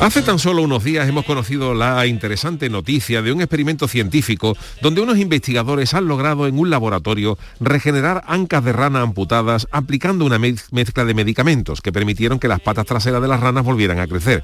Hace tan solo unos días hemos conocido la interesante noticia de un experimento científico donde unos investigadores han logrado en un laboratorio regenerar ancas de rana amputadas aplicando una mez- mezcla de medicamentos que permitieron que las patas traseras de las ranas volvieran a crecer.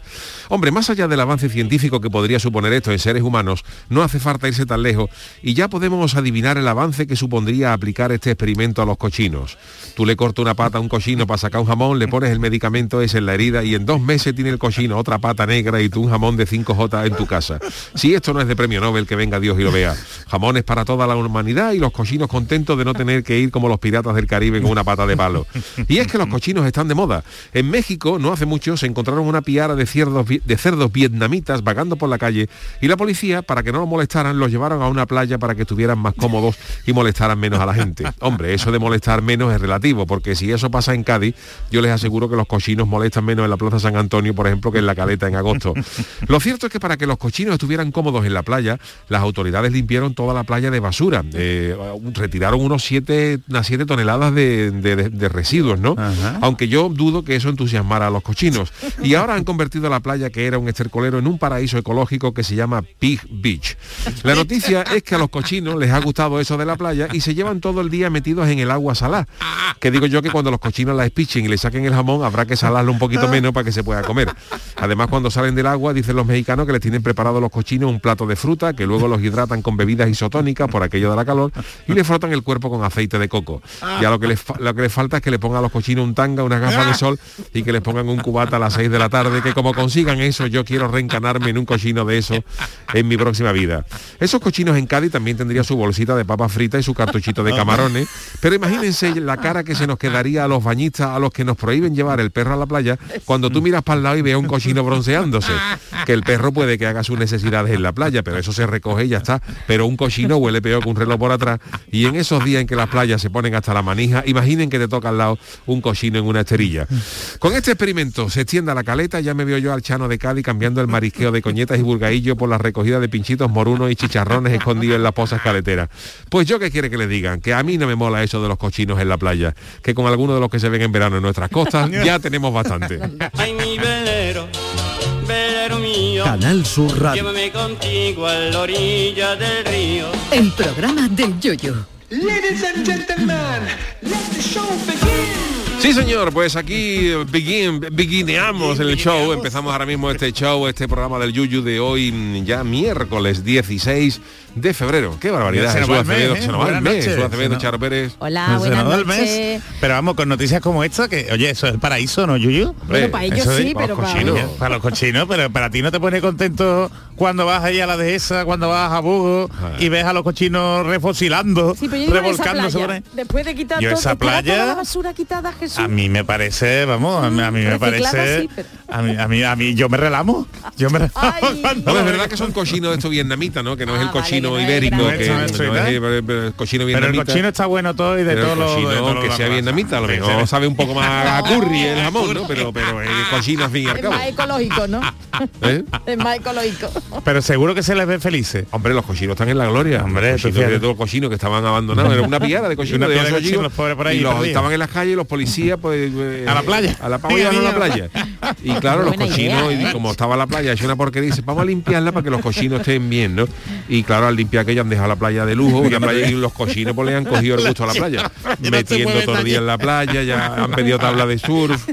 Hombre, más allá del avance científico que podría suponer esto en seres humanos, no hace falta irse tan lejos y ya podemos adivinar el avance que supondría aplicar este experimento a los cochinos. Tú le cortas una pata a un cochino para sacar un jamón, le pones el medicamento ese en la herida y en dos meses tiene el cochino otra pata negra y tú un jamón de 5J en tu casa. Si esto no es de premio Nobel, que venga Dios y lo vea. Jamones para toda la humanidad y los cochinos contentos de no tener que ir como los piratas del Caribe con una pata de palo. Y es que los cochinos están de moda. En México, no hace mucho, se encontraron una piara de cerdos, vi- de cerdos vietnamitas vagando por la calle y la policía, para que no los molestaran, los llevaron a una playa para que estuvieran más cómodos y molestaran menos a la gente. Hombre, eso de molestar menos es relativo, porque si eso pasa en Cádiz, yo les aseguro que los cochinos molestan menos en la Plaza San Antonio, por ejemplo, que en la Caleta en agosto. Lo cierto es que para que los cochinos estuvieran cómodos en la playa, las autoridades limpiaron toda la playa de basura. Eh, retiraron unos siete, unas 7 toneladas de, de- de- de residuos, ¿no? Aunque yo dudo que eso entusiasmara a los cochinos. Y ahora han convertido la playa, que era un estercolero, en un paraíso ecológico que se llama Pig Beach. La noticia es que a los cochinos les ha gustado eso de la playa y se llevan todo el día metidos en el agua salada. Que digo yo que cuando los cochinos la espichen y le saquen el jamón, habrá que salarlo un poquito menos para que se pueda comer. Además, cuando salen del agua, dicen los mexicanos que les tienen preparado a los cochinos un plato de fruta, que luego los hidratan con bebidas isotónicas por aquello de la calor, y le frotan el cuerpo con aceite de coco. Ya lo que les, fa- lo que les falta es que le pongan a los cochinos un tanga, unas gafas de sol y que les pongan un cubata a las 6 de la tarde, que como consigan eso, yo quiero reencanarme en un cochino de eso en mi próxima vida. Esos cochinos en Cádiz también tendría su bolsita de papas fritas y su cartuchito de camarones, pero imagínense la cara que se nos quedaría a los bañistas, a los que nos prohíben llevar el perro a la playa, cuando tú miras para el lado y veas un cochino bronceándose, que el perro puede que haga sus necesidades en la playa, pero eso se recoge y ya está, pero un cochino huele peor que un reloj por atrás, y en esos días en que las playas se ponen hasta la manija, imaginen que te toca al lado un cochino en una esterilla. Con este experimento se extiende a la caleta, ya me veo yo al Chano de Cádiz cambiando el marisqueo de coñetas y burgaillo por la recogida de pinchitos morunos y chicharrones escondidos en las pozas caleteras. Pues yo qué quiere que les digan, que a mí no me mola eso de los cochinos en la playa, que con algunos de los que se ven en verano en nuestras costas ya tenemos bastante. Ay, mi velero, velero mío. Canal Sur Radio. Llévame contigo a la orilla del río. El programa del yoyo. Ladies and gentlemen, let the show begin. Sí, señor, pues aquí begin, begineamos el show. Empezamos ahora mismo este show, este programa del Yuyu de hoy, mm, ya miércoles 16 de febrero. ¡Qué barbaridad! Se nos Jesús va el mes, Acevedo, ¿eh? se nos va el Buenas mes. noches. Jesús Acevedo, Se nos- Charo Pérez. Hola, buenas Senador noches. Alves. Pero vamos, con noticias como esta, que oye, eso es el paraíso, ¿no, Yuyu? Bueno, para ellos Eso de- sí, pero para Cochinos, para los cochinos, pero para ti no te pone contento cuando vas ahí a la dehesa, cuando vas a Burgos Ah. y ves a los cochinos refocilando, Sí, pero yo digo esa revolcando playa. sobre... Después de quitar Yo todo, esa que queda playa- toda la basura quitada, Jesús. A mí me parece, vamos, a mí, a mí me Reciclada parece... sí, pero- A, mí, a, mí, a mí yo me relamo, yo me relamo Ay. cuando- No, es verdad que son cochinos de estos vietnamitas, ¿no? Que no es el Ah, vale, cochino que no es ibérico, grande. que No no es es eso, ¿verdad? el pero el cochino Pero el vietnamita. cochino está bueno todo y de Pero todo el lo... de cochino todo que lo- sea la- vietnamita, a lo Sí, mejor sí. sabe un poco más a curry el jamón, ¿no? Pero, pero el cochino al fin y al Es cabo. más ecológico, ¿no? ¿Eh? es más ecológico. Ah, Pero seguro que se les ve felices. Hombre, los cochinos están en la gloria. Hombre, los tú cochinos, fíjate. de todos los cochinos que estaban abandonados. Era una piara de cochinos. Una de piara de ocho cochinos, chicos, los pobres por ahí y los perdidos. estaban en las calles, los policías, pues... eh, A la playa. A la, playa, a la playa. Y claro, los Buena cochinos, idea, y ¿eh? como estaba la playa, es una porquería, dice, vamos a limpiarla para que los cochinos estén bien, ¿no? Y claro, al limpiar aquello han dejado la playa de lujo, una playa y los cochinos pues le han cogido el gusto a la playa. se Metiendo mueven todo el día en la playa, ya han pedido tabla de surf.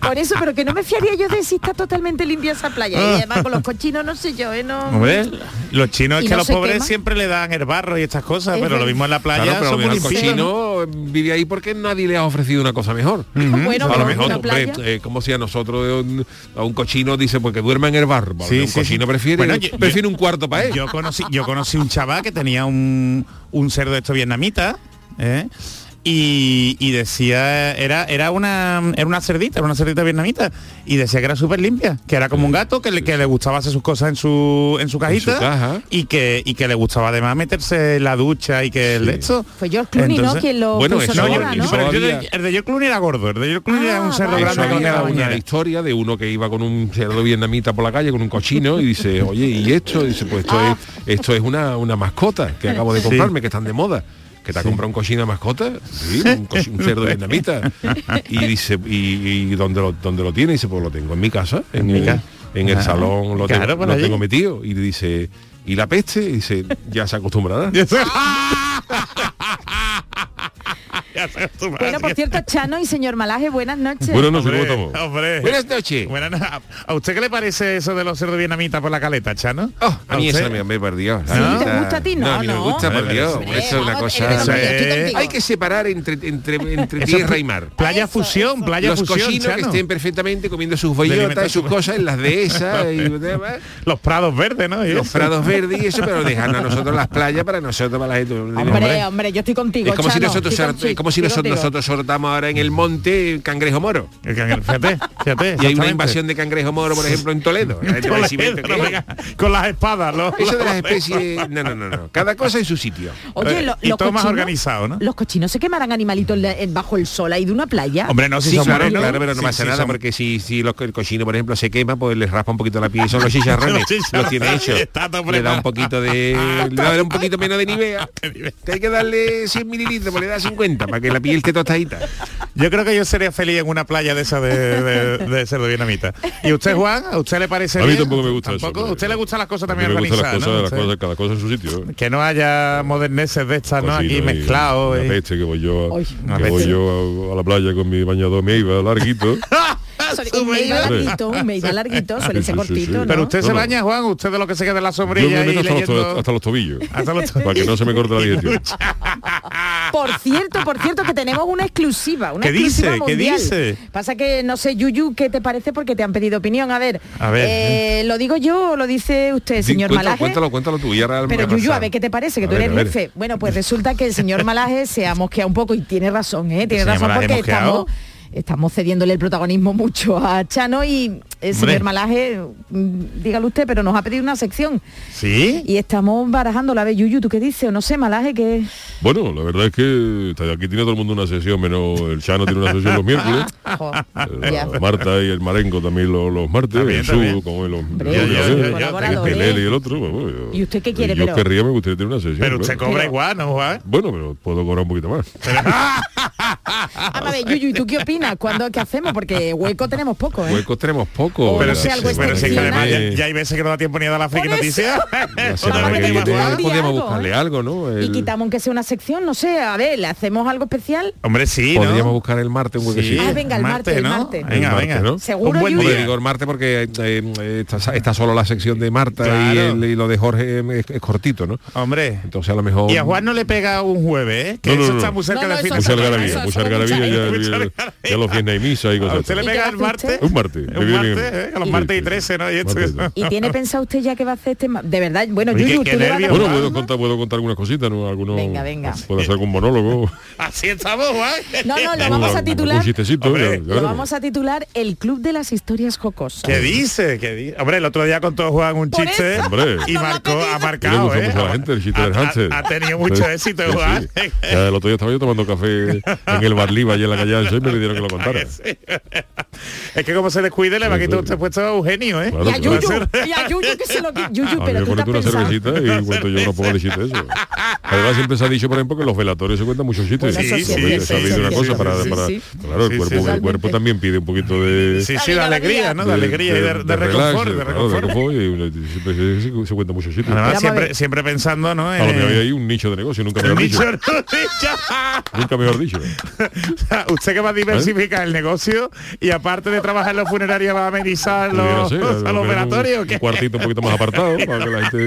Por eso, pero que no me fiaría yo de si está totalmente limpia esa playa. Y además con los cochinos, no sé yo, ¿eh? No... Hombre, los chinos ¿Y es que no a los se pobres quema? siempre le dan el barro y estas cosas, Es pero lo verdad. mismo en la playa Claro, Ah, pero son a lo muy mejor el limpitos. cochino vive ahí porque nadie le ha ofrecido una cosa mejor. Bueno, a pero lo en mejor, una hombre, playa. eh, como si a nosotros eh, un- a un cochino dice porque duerma en el barro. ¿vale? Sí, un sí, cochino sí. prefiere, Bueno, yo- prefiere un cuarto para él. Yo conocí, yo conocí un chaval que tenía un, un cerdo de estos vietnamitas, ¿eh? y, y decía, era, era, una, era una cerdita, era una cerdita vietnamita, y decía que era súper limpia, que era como un gato, que le, que le gustaba hacer sus cosas en su, en su cajita, caja. y, que, y que le gustaba además meterse en la ducha y que el de esto. Fue George Clooney, pues ¿no? Quien lo bueno, puso eso- No, en yo- boda, ¿no? eso- pero el de- el de George Clooney era gordo, el de George Clooney era Ah, un cerdo vale, Eso grande con había una una uñera. historia de uno que iba con un cerdo vietnamita por la calle con un cochino y dice, oye, ¿y esto? dice, pues esto es, esto es una, una mascota que acabo de Sí. comprarme, que están de moda. ¿Que te ha comprado un cochino de mascota? Sí, un, cochi- un cerdo vietnamita. Y dice, ¿y, y dónde, lo, dónde lo tiene? dice, pues lo tengo en mi casa, en, mi el- casa. en el Ah, salón lo, claro, tengo, por lo allí. tengo metido. Y dice, ¿y la peste? Y dice, ya se acostumbrará. Ya se acostumbra, Bueno, así por que- cierto, Chano y señor Malaje, buenas noches. Bueno, no sé cómo Hombre, tomo. hombre. Buenas noches. Buenas no- ¿a- ¿A usted qué le parece eso de los cerdos vietnamitas por la caleta, Chano? Oh, a mí usted? esa me, me perdió. ¿Sí? La ¿Te neta- gusta a ti? No, No, a mí no me no. gusta, por Hombre, Dios. hombre, Eso es una vamos, cosa... eres hombre, estoy contigo. Hay que separar entre, entre, entre Eso es tierra pl- y mar. Playa Eso, fusión, eso. playa Los fusión, cochinos que Chano. estén perfectamente comiendo sus De bellotas y alimentación. sus cosas en las dehesas y demás, Los prados verdes, ¿no? Y los eso. prados verdes y eso, pero dejando a nosotros las playas para nosotros, para la gente. Hombre, hombre, yo estoy contigo. Es como si Chano, nosotros, estoy sort- contigo, es como si estoy nosotros, contigo. nosotros sortamos ahora en el monte el cangrejo moro. El can- Fíjate, fíjate. Y hay una exactamente. invasión de cangrejo moro, por ejemplo, en Toledo. La gente va a decir, Toledo, "Vente, ¿qué no es?". venga, Con las espadas, ¿no? Eso de las especies. eh, No, no, no, no. Cada cosa en su sitio. Oye, lo- Eh, Y los todo más cochinos- organizado, ¿no? Los cochinos se quemarán animalitos en la- en- bajo el sol ahí de una playa. Hombre, no, si Sí, son claro, morenos. claro, pero no Sí, pasa sí, nada son- porque si, si los- el cochino, por ejemplo, se quema, pues les raspa un poquito la piel y son los chicharrones. Los chicharrones. los tiene hechos. Está todo Le da preparado. un poquito de. Le da un poquito menos de nivea. Que hay que darle 100 mililitros, pues le da 50 para que la piel esté tostadita. Yo creo que yo sería feliz en una playa de esa de, de, de cerdo vietnamita. ¿Y usted, Juan? ¿A usted le parece A mí bien? tampoco me gusta eso, ¿Tampoco? hombre. ¿A usted le gustan las cosas A mí también me gustan las organizadas? cosas, ¿no? las Sí. cosas, cada cosa en su sitio. ¿eh? Que no haya moderneces de estas, ¿no? Aquí Cositas, Pues y mezclados. eh. Una y- peste que voy yo, a, Ay, una que voy peste. yo a, a la playa con mi bañador me iba larguito. Sorry, un meiba Hombre. larguito, un meiba larguito, suele Sí, ser sí, sí, sí. cortito, ¿no? Pero usted No, se no. baña, Juan, usted de lo que se queda en la yo sombrilla me y meto hasta los, leyendo... to- hasta los tobillos. hasta los to- para que no se me corte la digestión. Por cierto, por cierto, que tenemos una exclusiva, una ¿Qué exclusiva dice? ¿Qué mundial. dice? Pasa que no sé, Yuyu, ¿qué te parece? Porque te han pedido opinión. A ver, A ver. pues, eh, ¿lo digo yo o lo dice usted, Di- señor cuéntalo, Malaje? cuéntalo, cuéntalo tú. y ahora me Pero voy Yuyu, a pasar. ver qué te parece, que A tú ver, a eres ver. jefe. Bueno, pues resulta que el señor Malaje se ha mosqueado un poco y tiene razón, ¿eh? Tiene señor razón Malaje porque mosqueado. estamos, estamos cediéndole el protagonismo mucho a Chano y Hombre. el señor Malaje, mm, dígalo usted, pero nos ha pedido una sección ¿Sí? y estamos barajando la vez. Yuyu, ¿tú qué dices? O no sé, Malaje, que... Bueno, la verdad es que está- aquí tiene todo el mundo una sesión, menos el Chano tiene una sesión los miércoles. Jo, eh, ya. Marta y el Marenco también lo- los, martes, Ah. También, el Subo, también. como el, los, Hombre, los- yo- los- yo- los- el colaboradores. Pelele este, y el otro. bueno, yo- ¿Y usted qué quiere, Yo pero? querría, me gustaría tener una sesión. Pero usted claro. cobra igual, ¿no, Juan? Bueno, pero puedo cobrar un poquito más. Ama de Yuyu, ¿y tú qué opinas? ¿Cuándo, ¿Qué hacemos? Porque hueco tenemos poco, ¿eh? Huecos tenemos poco. Pero La Pero, si- sí, sea algo pero sí, que excepcional. además ya, ya hay veces que no da tiempo ni a dar la friki Por noticia. la Otra semana vez que te viene vas, Juan. Juan. podemos Algo, buscarle algo, ¿no? Y El- quitamos aunque sea una sección, no sé, a ver, ¿le hacemos algo especial? Hombre, sí, ¿no? Podríamos buscar el martes un huequecito. Ah, venga, el martes, el ¿no? martes. Venga, El martes, venga. ¿no? Seguro, Un buen Yuyu. Hombre, día. digo el martes porque eh, eh, está, está solo la sección de Marta y, Claro. el- y lo de Jorge eh, es, es cortito, ¿no? Hombre. Entonces a lo mejor... Y a Juan no le pega un jueves, ¿eh? Que No, no, eso no. está muy cerca No, no, de eso fin de Mucha Exacto. semana. algarabía, Eso, mucha mucha algarabía, algarabía. ya, ya- ya los viernes y misa y ¿A cosas. usted le ¿Y qué pega el hace martes? usted? Un martes. Un martes, ¿eh? Que los Sí, martes y sí. 13, ¿no? Y esto- Martes y ¿Y tiene pensado usted ya que va a hacer este... ma- De verdad, bueno, Oye, Yuyu, qué tú le vas a nervios, dar Bueno, Ajá. puedo contar, puedo contar algunas cositas, ¿no? Algunos, Venga, venga. Puedo hacer algún monólogo. Así estamos, Juan. No, no, lo vamos a Algún titular. chistecito, Ah, Hombre, ya, ya lo Lo veremos. vamos a titular El Club de las Historias Jocosas. ¿Qué dice? ¿Qué di- Hombre, el otro día contó Juan un Por chiste eso. Hombre. Nos y lo ha marcó, ha pedido. Que le marcado, gusta ¿eh? mucho a la gente el chiste Ha- del ha- Hansel. Ha tenido mucho Sí, éxito, sí, Juan. sí. Ya el otro día estaba yo tomando café en el bar Liva y en la calle Anselmo y me pidieron que lo contara. Es que como se descuide, le va a Sí, quitar sí. usted puesto a Eugenio, ¿eh? Claro, Y a Yuyu, claro. y a Yuyu que se lo... qui- Yuyu, A mí pero me tú pones te has tú una pensado... cervecita y cuento yo unos pocos de chistes eso. Además siempre se ha dicho, por ejemplo, que en los velatorios se cuentan muchos chistes. Bueno, eso sí, Porque sí, se ha sí, pedido sí, una sí, cosa sí, para, sí, para- sí. Claro, el Sí, cuerpo, sí, el cuerpo también pide un poquito de... Sí, sí, de alegría, ¿no? De alegría y de, de reconfort, claro, de de reconfort. reconfort y, y siempre se, se- se cuentan muchos chistes. Además, Vamos a ver. siempre, eh, siempre pensando, ¿no? a lo mejor hay En... ahí un nicho de negocio, nunca mejor dicho. Dicho, no dicho. Nunca mejor dicho. Usted que va a diversificar el negocio y aparte de trabajar en los funerarios va a amenizar Pudiera los, ser, a lo a los mejor un- operatorios. Un cuartito un poquito más apartado para que la gente...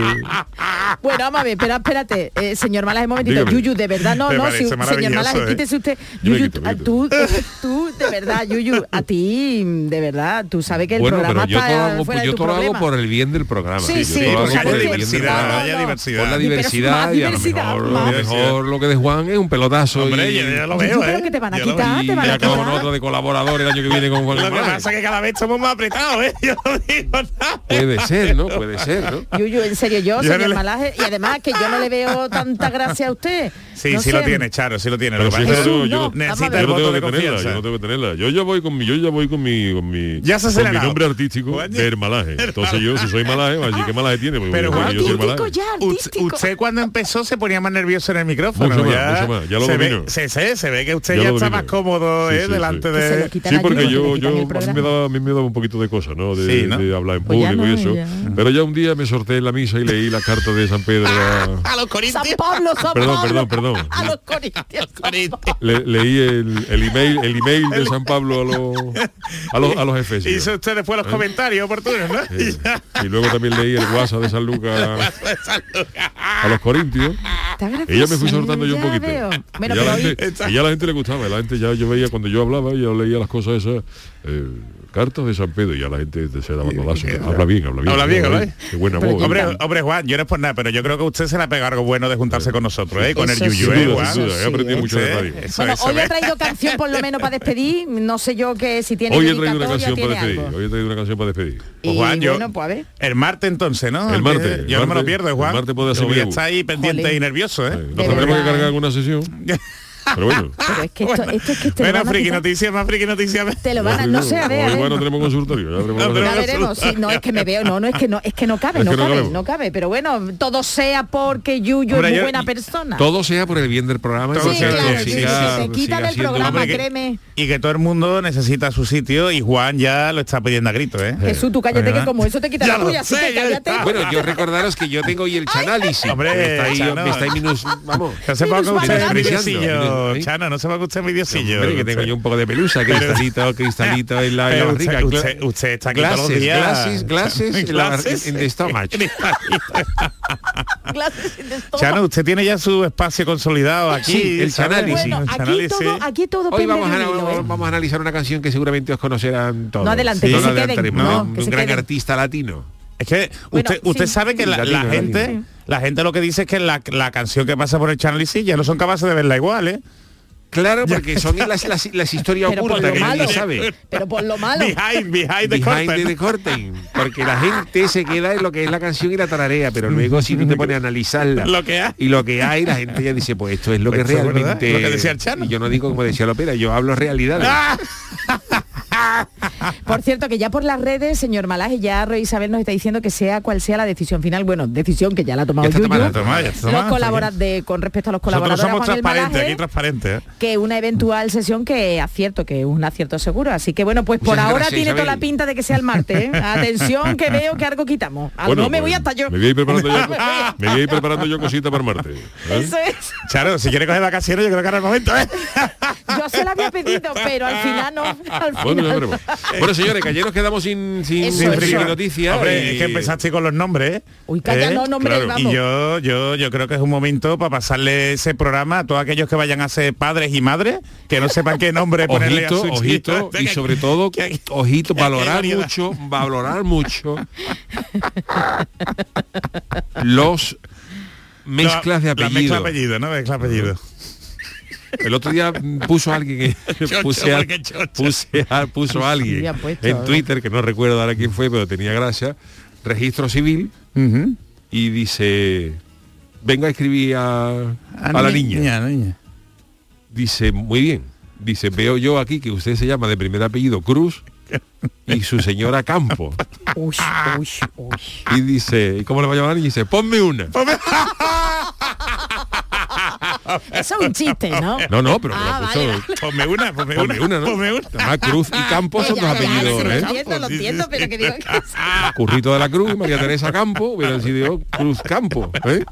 Bueno, vamos a ver, espera, espérate. Eh, señor Malas, un momentito. Dígame. Yuyu, de verdad, no, Me no, parece si- señor maravilloso, Malas, ¿eh? quítese usted. Yo me Yuyu, quito, me a- quito. tú, tú, de verdad, Yuyu, a ti, de verdad, tú sabes que el bueno, pero programa yo todo, está hago, fuera de yo tu todo lo hago problema. por el bien del programa. Sí, yo sí, todo lo porque hago por hay el bien del diversidad, programa. haya Por la Pero diversidad más y a lo diversidad, mejor, más. lo, mejor lo que de Juan es un pelotazo Hombre, y, yo ya lo Oye, veo, yo creo ¿eh? que te van a Ya lo quitar, veo. te van a y acabo con quitar. otro de colaborador el año que viene con Juan Lo que Camargo. pasa es que cada vez estamos más apretados, ¿eh? Yo no digo nada. Puede ser, ¿no? Puede ser, ¿no? Yuyu, en serio, yo, Yo señor no le- Malaje, y además que yo no le veo tanta gracia a usted. Sí, No sí sé. lo tiene, Charo, sí lo tiene. Lo Pero que si pasa eso es yo- que yo no, no- vamos a necesita el ver. Yo no voto tengo que de tenerla, yo confianza. no tengo que tenerla. Yo ya voy con mi, yo ya voy con mi, con mi, Ya se ha con mi acelerado. nombre artístico Juan ya- de hermalaje. Entonces yo, si soy malaje, voy a decir qué malaje tiene. Porque Pero porque Juan, yo soy Artístico malaje. ya, U- artístico. Usted cuando empezó se ponía más nervioso en el micrófono. Mucho más, ya, mucho más, ya lo se, ve, domino. se, se- se ve que usted Ya ya, lo está domino. más cómodo Sí, eh, sí, delante sí. Que se de... lo quita. Sí, Quitan porque ayuda, yo, le quitan yo a, mí el me programa. daba, a mí me daba un poquito de cosa, ¿no? De, Sí, ¿no? de hablar en Pues ya público y no, eso. ya. Pero ya un día me sorteé en la misa y leí la carta de San Pedro. a- A los San corintios. Pablo, San Perdón, perdón, Pablo. perdón. A los corintios. Corintios. Le- leí el, el email el email de San Pablo a los a los, a los efesios. Hizo usted después los comentarios oportunos, ¿no? Eh, y luego también leí el WhatsApp de San Lucas a los corintios. Está gracioso, Y ya me fui soltando yo un ya poquito. veo. Y Bueno, ya pero la hoy- gente- Está- y ya a la gente le gustaba. La gente ya yo veía cuando yo hablaba, yo leía las cosas esas. eh, cartas de San Pedro y ya la gente se daba codazo. Habla bien, habla bien. Habla bien, habla bien. Qué buena Pero voz. ¿eh? yo- Hombre, hombre, Juan, yo no es por nada, pero yo creo que usted se la pega algo bueno de juntarse con nosotros, ¿eh? Con el Eso sí, yuyu, Sin ¿eh, duda, Juan? sin duda, he aprendido Sí, mucho de radio. eso, Bueno, eso, hoy ¿eh? he traído canción por lo menos para despedir. No sé yo que si tiene Hoy he traído una canción para dedicatoria, tiene despedir. algo. Hoy he traído una canción para despedir. Pues, Y Juan, yo- bueno, pues a ver. El martes entonces, ¿no? El martes, el Yo no me lo Eh, martes, pierdo, el Juan. martes puede hacer Yo voy a Billy estar ahí pendiente Jolín. y nervioso, ¿eh? Nos De tendremos que verdad. cargar alguna sesión. Pero bueno. Pero es que esto, Bueno, esto es que este te lo menos van a friki quitar. noticias, más friki noticias. Te lo van a, no sé, a ver, a Hoy, ver. bueno, tenemos consultorio. ya tenemos No, pero- consultorio. Ya veremos, sí, no es que me veo, no, no es que no, es que no cabe, Es no que no cabe, cabemos. no cabe, pero bueno, todo sea porque Yuyu Hombre, es muy yo- buena persona. Todo sea por el bien del programa. y Todo porque sí, sea- esto claro, sí, Yuyu, sí, siga- se te quita siga del siendo- programa, Hombre, que- créeme. Y que todo el mundo necesita su sitio y Juan ya lo está pidiendo a gritos, ¿eh? Jesús, tú cállate que ¿Verdad? como eso te quita Ya la lo tuya, así sé, que ya cállate. está. Bueno, yo recordaros que yo tengo hoy el chanálisis. Hombre, me está ahí, Chano. me está ahí minus, vamos. No se ponga usted Minusvalorando. en Minusvalorando, vidiosillo, ¿eh? Chano, no se ponga usted en vidiosillo. Hombre, que tengo yo un poco de pelusa, Pero- cristalito, cristalito en la, en la Pero barriga. usted, cla- usted, usted está aquí todos los Glasses, días. glasses, glasses en la- Glasses. in the stomach. Clases de estómago. Chano, usted tiene ya su espacio consolidado aquí. Sí, el ¿sabe? chanálisis. bueno, El aquí chanálisis. todo, aquí todo Hoy pende vamos a, de un hilo, ¿eh? vamos a analizar una canción que seguramente os conocerán todos. No adelante, que no se la queden, adelantaremos, ¿no? de un, que se gran queden. artista latino. Es que Bueno, usted, usted sí. sabe que la, Latino, la latino. gente, la gente lo que dice es que la, la canción que pasa por el chanálisis ya no son capaces de verla igual, ¿eh? Claro, porque son las, las, las historias Pero por ocultas lo que nadie malo, sabe. pero por lo malo. Behind, behind the Behind curtain. the curtain, porque la gente se queda en lo que es la canción y la tararea, pero luego si tú te pones a analizarla Lo que hay. y lo que hay, la gente ya dice, pues esto es lo Pues que esto es verdad, realmente... lo que decía el Chano. Y yo no digo como decía Lopera, yo hablo realidad. ¡Ah! Por cierto, que ya por las redes, señor Malaje, ya Rey Isabel nos está diciendo que sea cual sea la decisión final, bueno, decisión que ya la ha Ya tomado está Yuyu, tomada, está tomada, ya está tomada, los colabora- sí. de- con respecto a los Nosotros colaboradores somos Juan el transparentes, Malaje, aquí transparentes. ¿eh? que una eventual sesión que acierto, que es un acierto seguro. Así que bueno, pues por Muchas ahora gracias, tiene toda Isabel. la pinta de que sea el martes. ¿eh? Atención, que veo que algo quitamos. Algo Bueno, me voy pues, hasta yo. Me voy a ir preparando yo, Ah, me voy a ir preparando yo cositas para el martes. ¿eh? Eso es. Charo, si quiere coger vacaciones, yo creo que ahora es el momento, ¿eh? Yo se la había pedido, pero al final no. Al Bueno, ya final- veremos. Bueno, señores, que ayer nos quedamos sin, sin, Eso, sin eso. friki noticias. Hombre, y- es que empezaste con los nombres, ¿eh? Uy, calla, ¿Eh? no, no, hombre, vamos. Y yo, yo, yo creo que es un momento para pasarle ese programa a todos aquellos que vayan a ser padres y madres, que no sepan qué nombre ponerle a Ojito, su chico. ojito y sobre todo Que- que- ojito que- que hay valorar variedad. mucho, valorar mucho los mezclas de La- La mezcla apellido. de apellido, ¿no? Mezcla de apellido. El otro día mm, puso alguien que Chocho, puse a- porque chocho. puse a- puso a alguien había puesto, en ¿no? Twitter que no recuerdo ahora quién fue, pero tenía gracia, registro civil Ujú. y dice vengo a escribir a, a la niña. niña. Dice, muy bien. Dice, veo yo aquí que usted se llama de primer apellido Cruz y su señora Campo. Uy, uy, uy. Y dice, ¿y cómo le va a llamar? Y dice, ponme una. Eso es un chiste, ¿no? No, no, pero me Ah, la puso. vale, Ponme Pues una, ponme, Ponme una, ¿no? Ponme una. Además, Cruz y Campo son Ya, dos ya, ya, apellidos, sí, lo Pues, ¿eh? entiendo, lo Sí, sí, entiendo, sí. pero que digo que- Currito de la Cruz, María Teresa Campo, hubieran sido Cruz Campo, ¿eh?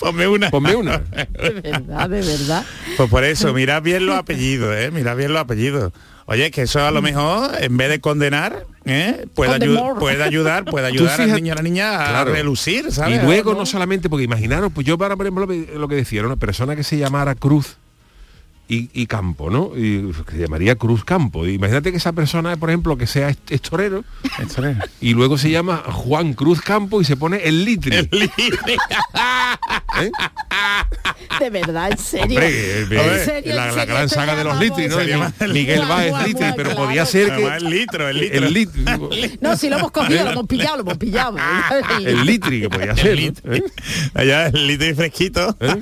Ponme una. Ponme una. De verdad, de verdad. Pues por eso, mirad bien los apellidos, ¿eh? Mirad bien los apellidos. Oye, que eso a lo mejor, en vez de condenar, ¿eh? puede, ayu- Condemor. puede ayudar, puede Tú ayudar al fíjate- niño o a la niña a Claro. relucir, ¿sabes? Y luego no solamente, porque imaginaros, pues yo para, por ejemplo, lo que decía, era una persona que se llamara Cruz y, y Campo, ¿no? Y que se llamaría Cruz Campo. Y imagínate que esa persona, por ejemplo, que sea est- estorero Esto es. y luego se llama Juan Cruz Campo y se pone el litri. ¿eh? De verdad, en serio. Hombre, eh, A ver, En serio, la, en la serio, gran esto saga ya de los vamos. litri, ¿no? Se llama De Miguel Guau, Vázquez guau, litri, guau, pero claro. podía ser que... Además, el litro, el litro. El litri, digo, No, si lo hemos cogido, lo hemos pillado, lo hemos pillado. ¿eh? el litri, que podía ser. ¿no? ¿Eh? Allá el litro y fresquito. ¿Eh?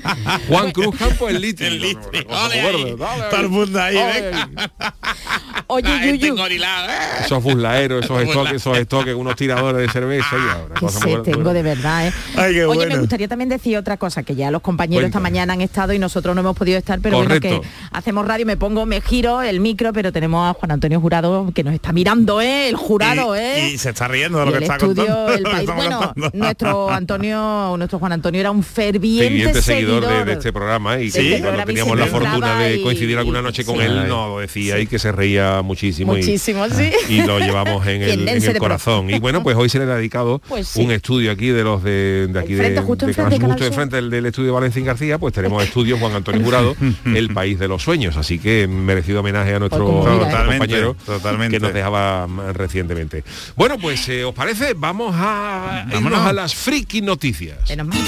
Juan Cruz Campo el litri. El litro. Como Ole ahí. gordo, dale ahí. Todo el mundo ahí, Ole venga. Ah, este ahí. La Oye, gente Yuyu, engorilada, ¿eh? esos fuslaeros, esos estoques, esos estoques, unos tiradores de cerveza y ahora. Que cosa sé, muy- tengo de verdad, ¿eh? Ay, qué Oye, bueno. me gustaría también decir otra cosa, que ya los compañeros esta Cuéntame. mañana han estado y nosotros no hemos podido estar, pero bueno, Correcto. que hacemos radio, me pongo, me giro el micro, pero tenemos a Juan Antonio Jurado que nos está mirando, ¿eh? El jurado, Y- ¿eh? Y se está riendo de Y lo que el está estudio, contando. el lo que país. estamos Bueno, contando. nuestro Antonio, nuestro Juan Antonio era un ferviente, Ferviente seguidor, seguidor de, de este programa ¿eh? y Sí, que este cuando programa y teníamos se la fortuna entraba de y- coincidir alguna noche con sí. él, nos lo decía y que se reía muchísimo. y- Muchísimo, sí. Y, lo llevamos en el, en Tiendense el de corazón. Y bueno, pues hoy se le ha dedicado Pues sí. un estudio aquí de los de, de aquí Enfrente, de, justo de enfrente de Canal justo Sur. enfrente del, del estudio de Valentín García, pues tenemos estudios Juan Antonio Jurado, El País de los Sueños. Así que merecido homenaje a nuestro como mira, ¿eh? Totalmente, compañero totalmente. que nos dejaba mm, recientemente. Bueno, pues eh, ¿os parece? Vamos a irnos Vámonos. a las friki noticias. Menos mal.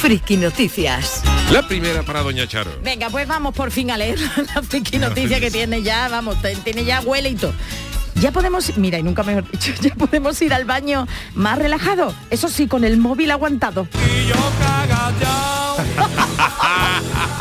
Friki Noticias. La primera para Doña Charo. Venga, pues vamos por fin a leer la friki noticia que tiene ya, vamos, te- tiene ya huele y todo. Ya podemos, mira, y nunca mejor dicho, ya podemos ir al baño más relajado, eso sí, con el móvil aguantado.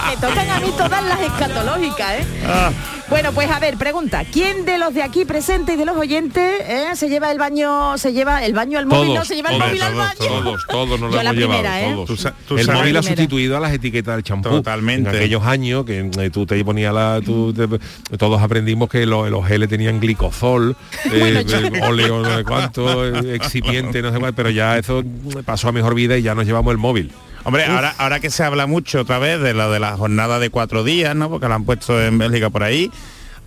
Me tocan a mí todas las escatológicas, ¿eh? Ah. Bueno, pues a ver, pregunta, ¿quién de los de aquí presentes y de los oyentes eh, se lleva el baño, se lleva el baño al móvil? no, se lleva el todos, móvil al todos, baño. Todos, todos nos lo Yo la hemos llevado. primera, ¿eh? todos. Tú sa- tú el sabes- móvil La ha primera. sustituido a las etiquetas del champú. Totalmente. En aquellos años que eh, tú te ponías la... tú te- todos aprendimos que los, los geles tenían glicozol, eh, eh, óleo no sé cuánto, eh, excipiente no sé cuál, pero ya eso pasó a mejor vida y ya nos llevamos el móvil. Hombre, ahora, ahora que se habla mucho otra vez de lo de la jornada de cuatro días, ¿no? Porque la han puesto en Bélgica por ahí.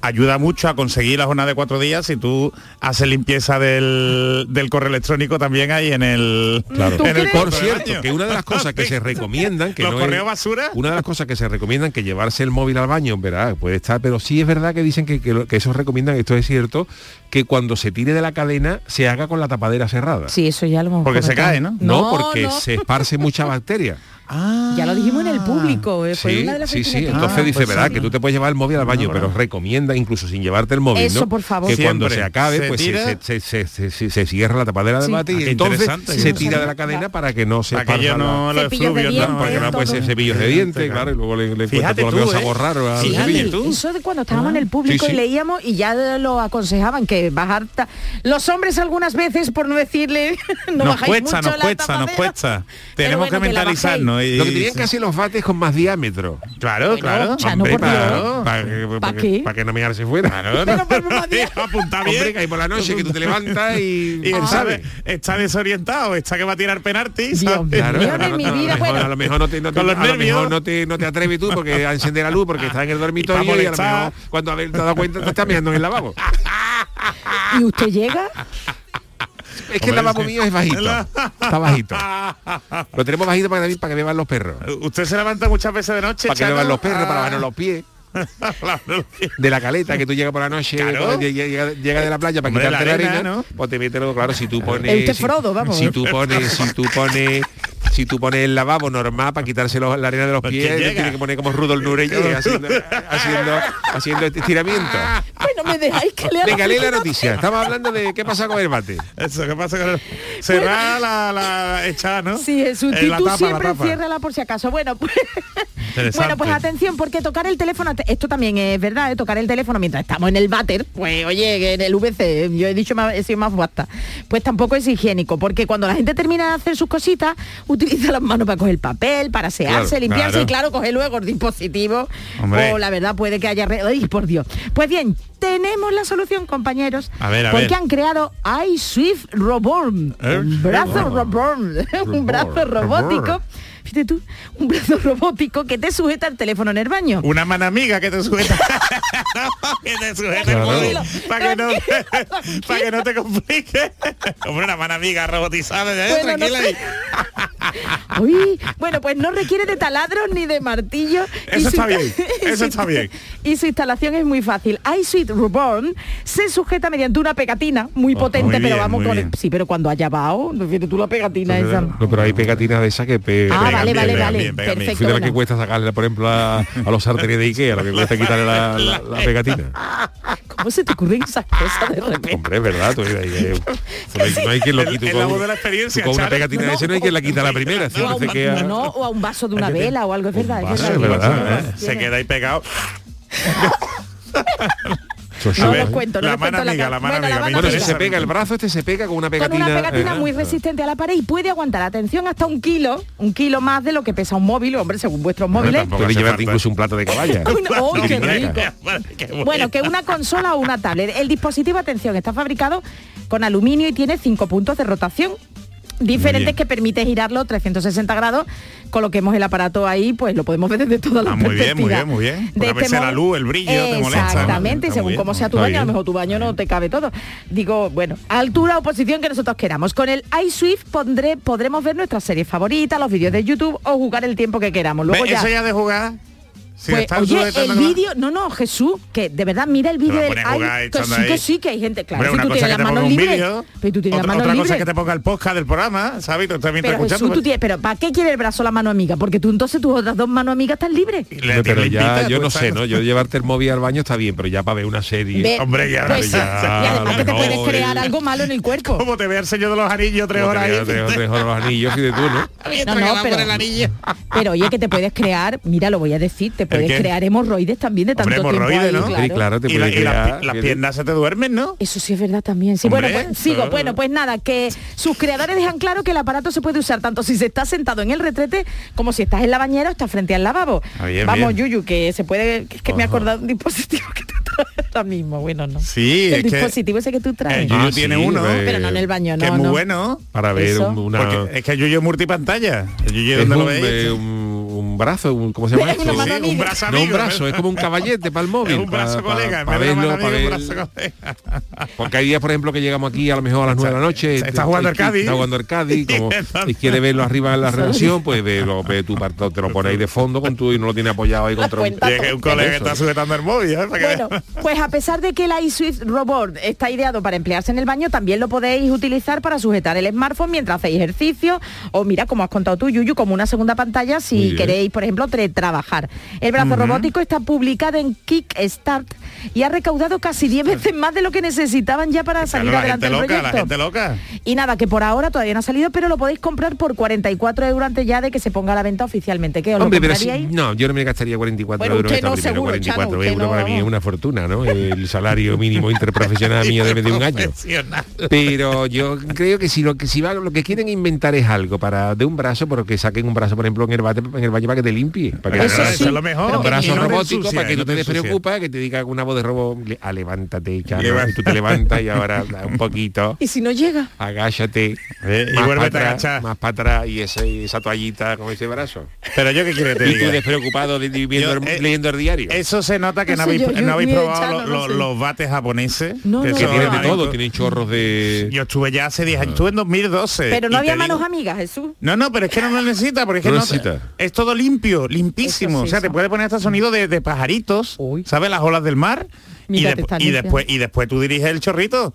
Ayuda mucho a conseguir la jornada de cuatro días si tú haces limpieza del, del correo electrónico también ahí en el, Claro. ¿Tú en el crees? cuarto Por del Mm, cierto, año. que una de las cosas que se recomiendan que ¿Los no correos es- basura? Una de las cosas que se recomiendan que llevarse el móvil al baño, verá, puede estar, pero sí es verdad que dicen que, que, lo- que eso recomiendan, esto es cierto, que cuando se tire de la cadena se haga con la tapadera cerrada. Sí, eso ya lo hemos Porque se comentado. cae, ¿no? No, porque no. se esparce mucha bacteria. Ya lo dijimos en el público, eh, fue sí, una de las sí, sí. friki noticias. Entonces Ah, dice, pues verá, sí. que tú te puedes llevar el móvil al baño, pero recomienda, incluso sin llevarte el móvil, Eso, ¿no? por favor. Que cuando Siempre. se acabe, Se pues se- tira. se, se- se- se- se cierra la tapadera del Sí. bate Ah, y qué entonces interesante. se Sí, tira de la sí. cadena para que no se Para que yo esparza la- no los Cepillos de efluvios, dientes, ¿no? Porque no, pues todo. ese cepillos de dientes, Claro. claro, y luego le, le Fíjate cuesta por lo tú, menos ¿eh? sabor raro a Fíjate cepillo. tú. Eso de cuando estábamos en el público Ah, Sí, sí. y leíamos y ya lo aconsejaban que bajar ta- los hombres algunas veces por no decirle no nos bajáis cuesta, mucho nos la cuesta, nos tapadera. cuesta. Pero Tenemos bueno, que la bajéis. mentalizarnos. y- Lo que tenían que hacer los bates con más diámetro. Claro, Bueno, claro. Chano, por para, Dios. para que- Para ¿Pa' que, qué? pa' que no me hagas fuera. Pero por más bien. apunta bien. Hombre, que hay por la noche que tú te levantas y, y él Ah. sabe, está desorientado, está que va a tirar penalti, Dios ¿sabes? mío. Claro, Yo a de lo mi mejor- vida, pues. a lo mejor- bueno. a lo mejor no te, no te- Con los a lo mejor nervios. no te, no te atreves tú porque a encender la luz porque está en el dormitorio y a lo molestado. mejor cuando haber dado cuenta te está mirando en el lavabo. Y usted llega, Es que el lavabo mío es bajito. Está bajito. Lo tenemos bajito para que, para que beban los perros. Usted se levanta muchas veces de noche. Para que Chano, beban los perros, para a- lavar los pies. lavarnos los pies. de la caleta que tú llegas por la noche Claro. lle- lle- llega, llega de la playa para Hombre, quitarte la la arena, arena, ¿no? pues te metes luego, claro si tú pones El usted si- Frodo, vamos. si tú pones si tú pones si tú pones el lavabo normal para quitarse los- la arena de los Porque pies llega. le tienes que poner como Rudolf Nurelle haciendo haciendo haciendo este estiramiento bueno, Ah, me dejáis que lea. venga lee la noticia estamos hablando de qué pasa con el bate Eso, ¿qué pasa con el... Cerrar la, la echada, ¿no? Sí, el Eh, la sustituto tapa, siempre la tapa. ciérrala por si acaso. Bueno, pues, Interesante. bueno, pues atención, porque tocar el teléfono, esto también es verdad, ¿eh? tocar el teléfono mientras estamos en el váter, pues oye, que en el VC, yo he dicho más, he sido más basta. Pues tampoco es higiénico, porque cuando la gente termina de hacer sus cositas, uti- utiliza las manos para coger papel, para asearse, Claro, limpiarse claro. y claro, coge luego el dispositivo. Hombre. O la verdad puede que haya... re- ¡Ay, por Dios! Pues bien, tenemos la solución, compañeros. A ver, a porque ver. han creado iSwift Roborn. ¿Eh? Un brazo Roborn. un brazo robótico. Fíjate tú, un brazo robótico que te sujeta el teléfono en el baño. Una mano amiga que te sujeta. que te sujeta el Claro. móvil. Para que, no, Tranquilo, para que no te complique. Hombre, una mano amiga robotizada. ¿eh? Bueno, no Tranquila. sé. ahí. Uy, bueno, pues no requiere de taladros ni de martillo. Eso su está insta- bien, y eso su- está bien. Y su instalación es muy fácil. iSuite Reborn se sujeta mediante una pegatina muy potente, Ah, muy bien, pero vamos muy con bien. Sí, pero cuando haya vao, ¿no fíjate tú la pegatina esa. No, pero hay pegatinas de esa que pe- Ah, pegan vale, bien, vale, pegan vale. bien. bien, pegan bien. Fíjate la que Perfecto. cuesta sacarle, por ejemplo, a, a los sartenes de Ikea, lo que cuesta quitarle la, la- la pegatina. ¿Cómo se te ocurren esas cosas de repente? Hombre, es verdad, tú, eh, eh, no, hay, no hay quien lo quite. Es tú la con- voz de la experiencia, tú Con una Charo. pegatina de ese no hay quien la quita la primera. O a, un, siempre se queda- no, no, o a un vaso de una Hay que tener vela o algo, es verdad. vaso, es es verdad. verdad, Tiene- ¿eh? Se queda ahí pegado. Eso sí, No A ¿eh? ver, los cuento, no la los cuento mano la amiga, cara. la mano Bueno, amiga. la mano Bueno, Mira, si amiga. se pega el brazo, este se pega con una con pegatina. una pegatina eh, muy eh, resistente a la pared y puede aguantar, atención, hasta un kilo, un kilo más de lo que pesa un móvil, hombre, según vuestros móviles. tampoco. Puede hace llevarte falta. incluso un plato de caballa. Uy, no, uy, qué rico. Qué bueno. Bueno, que una consola o una tablet. El dispositivo, atención, está fabricado con aluminio y tiene cinco puntos de rotación diferentes bien. que permite girarlo 360 grados. Coloquemos el aparato ahí, pues lo podemos ver desde todas las Ah, muy bien, muy perspectivas. bien, muy bien. Porque a veces este modo- la luz, el brillo te molesta, ¿no? Exactamente, Está según muy bien, cómo sea tu está baño, bien. a lo mejor tu baño no te cabe todo. Digo, bueno, altura o posición que nosotros queramos. Con el iSwift pondré, podremos ver nuestras series favoritas, los vídeos de YouTube o jugar el tiempo que queramos. Luego Ve, ya Eso ya de jugar. Si pues, está tú oye, de el tanto- vídeo, no, no, Jesús, que de verdad mira el vídeo Te va a del poner a jugar ay, que echando sí, que ahí. sí, que hay gente, claro, Hombre, si una tú cosa tienes que las te ponga manos un libres, vídeo, pero tú otra, tienes las manos otra cosa es que libres. te ponga el podcast del programa, ¿sabes? Y tú también pues, Pero estás Jesús, tú escuchando. tienes, pero ¿para qué quieres el brazo a la mano amiga? Porque tú entonces tus otras dos manos amigas están libres. Y Hombre, le- pero le ya, invita, yo tú no estás- sé, ¿no? Yo llevarte el móvil al baño está bien, pero ya para ver una serie. Ve, hombre, ya, pues, ya, y además a que te lo puedes mejor crear el- algo malo en el cuerpo. Como eh. te ve el señor de los anillos tres horas ahí. Tres, tres horas los anillos, fíjate tú, ¿no? No, no, pero, pero oye, que te puedes crear, mira, lo voy a decir, te puedes qué? crear hemorroides también de tanto Hombre, tiempo hemorroides, ahí, ¿no? claro. Sí, claro, te Y, la- puede y las pi- crear. las fíjate. piernas se te duermen, ¿no? Eso sí es verdad también. Sí, Hombre, bueno, pues, sigo. claro. Bueno, pues nada, que sus creadores dejan claro que el aparato se puede usar tanto si se está sentado en el retrete como si estás en la bañera o estás frente al lavabo. Ah, bien, Vamos, bien. Yuyu, que se puede. que Es que me he acordado de un dispositivo que tú traes ahora mismo. Bueno, no. Sí, es El que- dispositivo ese que tú Eh, traes. Yuyu Ah, tiene sí, uno. ve. pero no en el baño, no. que es muy no. bueno. Para ver Eso. un- una... Porque es que yo yo multipantalla. El Yuyo, Es ¿dónde lo un, veis? eh, un- un brazo, un, ¿cómo se llama Una esto? mano Sí, un amiga. brazo No amigo. un brazo, es como un caballete para el móvil. Es un brazo pa- pa- colega, en pa vez de una verlo, mano pa' amiga, un ver- brazo colega. Porque hay días, por ejemplo, que llegamos aquí a lo mejor a las 9 de la noche. está- está jugando al Cádiz. Está jugando al Cádiz. como- y quiere verlo arriba en la redacción, pues ve, lo, ve tu parto, te lo pones ahí de fondo con tu y no lo tiene apoyado ahí contra un... cuenta. Y es que un colega que está sujetando el móvil, ¿eh? Para que- Bueno, pues a pesar de que el iSwift Robot está ideado para emplearse en el baño, también lo podéis utilizar para sujetar el smartphone mientras hacéis ejercicio o mira, como has contado tú, Yuyu, como una segunda pantalla Muy si bien. queréis, por ejemplo, tre- trabajar. El brazo robótico está publicado en Kickstart y ha recaudado casi 10 veces más de lo que necesitaban ya para Claro, salir la gente adelante del loca, proyecto. la gente loca. Y nada, que por ahora todavía no ha salido, pero lo podéis comprar por 44 euros antes ya de que se ponga a la venta oficialmente. ¿Qué os Hombre, lo pero si, compraríais? no, yo no me gastaría 44 Bueno, euros. usted esta no, primera. seguro, 44 Chano, usted euros no, para mí vamos. es una fortuna, ¿no? El salario mínimo interprofesional mío debe de un año. Profesional. Pero yo creo que si lo que si va, lo que quieren inventar es algo para de un brazo, pero que saquen un brazo, por ejemplo, en el, bate- en el baño para que te limpie. Para que Eso te- sí, Eso es lo mejor. Un pero brazo que no te robótico ensucia, para que que no no te te ensucia. despreocupa, que te diga con una voz de robo, le- ah, levántate, Chano. Levanta. Y tú te levantas y ahora da un poquito. ¿Y si no llega? Agáchate. Eh, y más vuélvete pa' a atrás, agachar. Más para atrás y ese- esa toallita con ese brazo. Pero yo qué quiero que te Y tú diga. despreocupado de- de- viendo Yo, el- eh, leyendo el diario. Eso se nota que No no, sé, habéis, yo- yo no habéis ni de probado Chano, lo- no lo- sé. los bates japoneses. No, no, que son no. tienen de adictos. todo, tienen chorros de... Yo estuve ya hace Ah. 10 años, estuve en 2012. Pero no Eh, y había te manos digo- amigas, Jesús. No, no, pero es que no lo necesita, porque es, que No no- necesita. es todo limpio, limpísimo. Eso sí, o sea, te eso. puede poner hasta sonido de, de pajaritos, Uy. ¿sabes? Las olas del mar. Mira, y, te despu- están y después y después tú diriges el chorrito.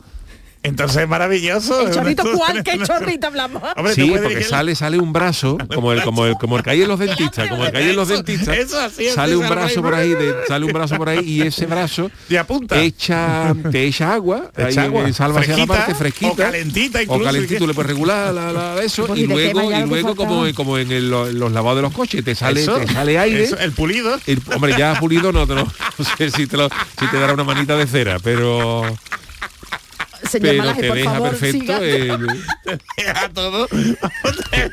Entonces es maravilloso. ¿El chorrito Tú- cuál? ¿Qué chorrito hablamos? Hombre, tú sí, puedes porque dirigir- sale sale un brazo como el como el como el que hay en los dentistas, como el que hay en los Eso, dentistas. eso, así, así, sale un sale brazo ahí. por ahí, de- sale un brazo por ahí y ese brazo Y apunta. echa te echa agua, Te echa ahí eh, agua. En, en salva hacia la Fresquita, parte fresquita o calentita o incluso. calentito le puedes regular la, la- eso Pues y y de luego crema ya y lo que luego como faltaba. como en el- los, los lavados de los coches te sale Eso, te sale aire. eso, el pulido. El- hombre, ya pulido no, te lo- no sé si te, lo- si te dará una manita de cera, pero Señor pero Malaje, te por deja favor, perfecto siga. el, te deja todo. Te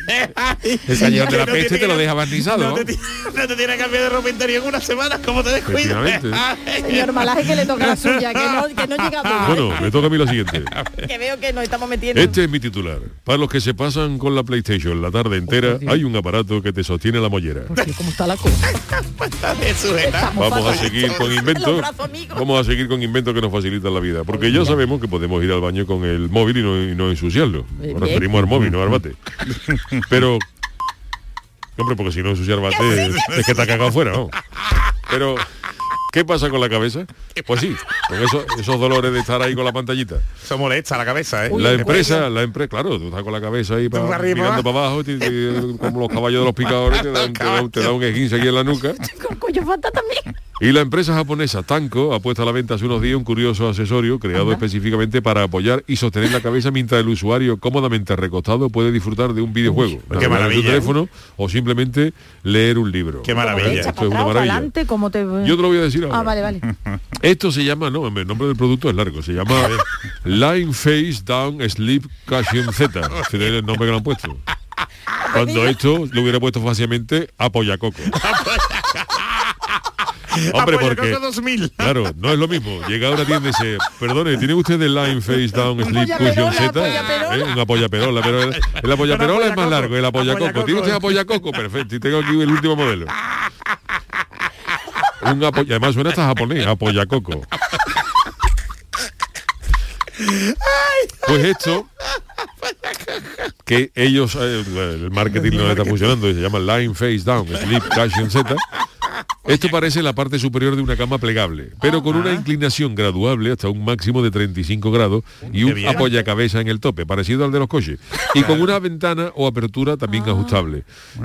deja ahí. el señor de la No tiene peste te lo que- deja barnizado. No te, ti- no te tiene que cambiar de ropa interior en una semana, como te descuides. Efectivamente. Señor Malaje, que le toca la suya, que no, que no llega Ah. a Bueno, me toca a mí la siguiente. que veo que nos estamos metiendo. Este es mi titular. Para los que se pasan con la PlayStation la tarde entera, hay un aparato que te sostiene la mollera. Tío, ¿Cómo está la cosa? Es sujeta. Vamos a fatal. seguir con Los inventos. brazos, amigo. Vamos a seguir con inventos que nos facilitan la vida. Porque ya sabemos que podemos ir al baño con el móvil y no, y no ensuciarlo. Eh, Nos bien. referimos al móvil, no al bate. Pero. Hombre, porque si no ensuciar bate es que está cagado afuera, ¿no? Pero. ¿Qué pasa con la cabeza? Pues sí, con eso- esos dolores de estar ahí con la pantallita. Eso molesta la cabeza, ¿eh? la empresa, la empresa, claro, tú estás con la cabeza ahí para, para arriba. mirando para abajo, te- te- como los caballos de los picadores, te dan, te dan- te dan un esguince aquí en la nuca. Con cuello falta también. Y la empresa japonesa Tanco ha puesto a la venta hace unos días un curioso accesorio creado específicamente para apoyar y sostener la cabeza mientras el usuario cómodamente recostado puede disfrutar de un videojuego, navegar en maravilla. ¿eh? su teléfono o simplemente leer un libro. Qué maravilla. Echa Esto es para atrás, una para maravilla. adelante, como te... Yo te lo voy a decir ahora. Ah, vale, vale. Esto se llama, no, el nombre del producto es largo, se llama Line Face Down Sleep Cushion Z. Si tenéis el nombre que lo han puesto. Cuando esto lo hubiera puesto fácilmente Apoyacoco. Hombre, Apoyo porque... Coco 2000. Claro, no es lo mismo. Llega a una tienda y dice, perdone, ¿tiene usted el Line Face Down Sleep apoyaperola, Cushion Z? apoyaperola. ¿Eh? Un apoyaperola, pero el, el apoyaperola es más apoyacoco. largo, el apoyacoco. Apoyacoco. ¿Tiene usted apoyacoco? Perfecto, y tengo aquí el último modelo. Un apo- y además suena hasta japonés, apoyacoco. Pues esto que ellos eh, el marketing no está funcionando y se llama Line Face Down Sleep Cushion Z esto parece la parte superior de una cama plegable, pero con una inclinación graduable hasta un máximo de 35 grados y un bien. apoyacabeza en el tope, parecido al de los coches, y con una ventana o apertura también Ah, ajustable.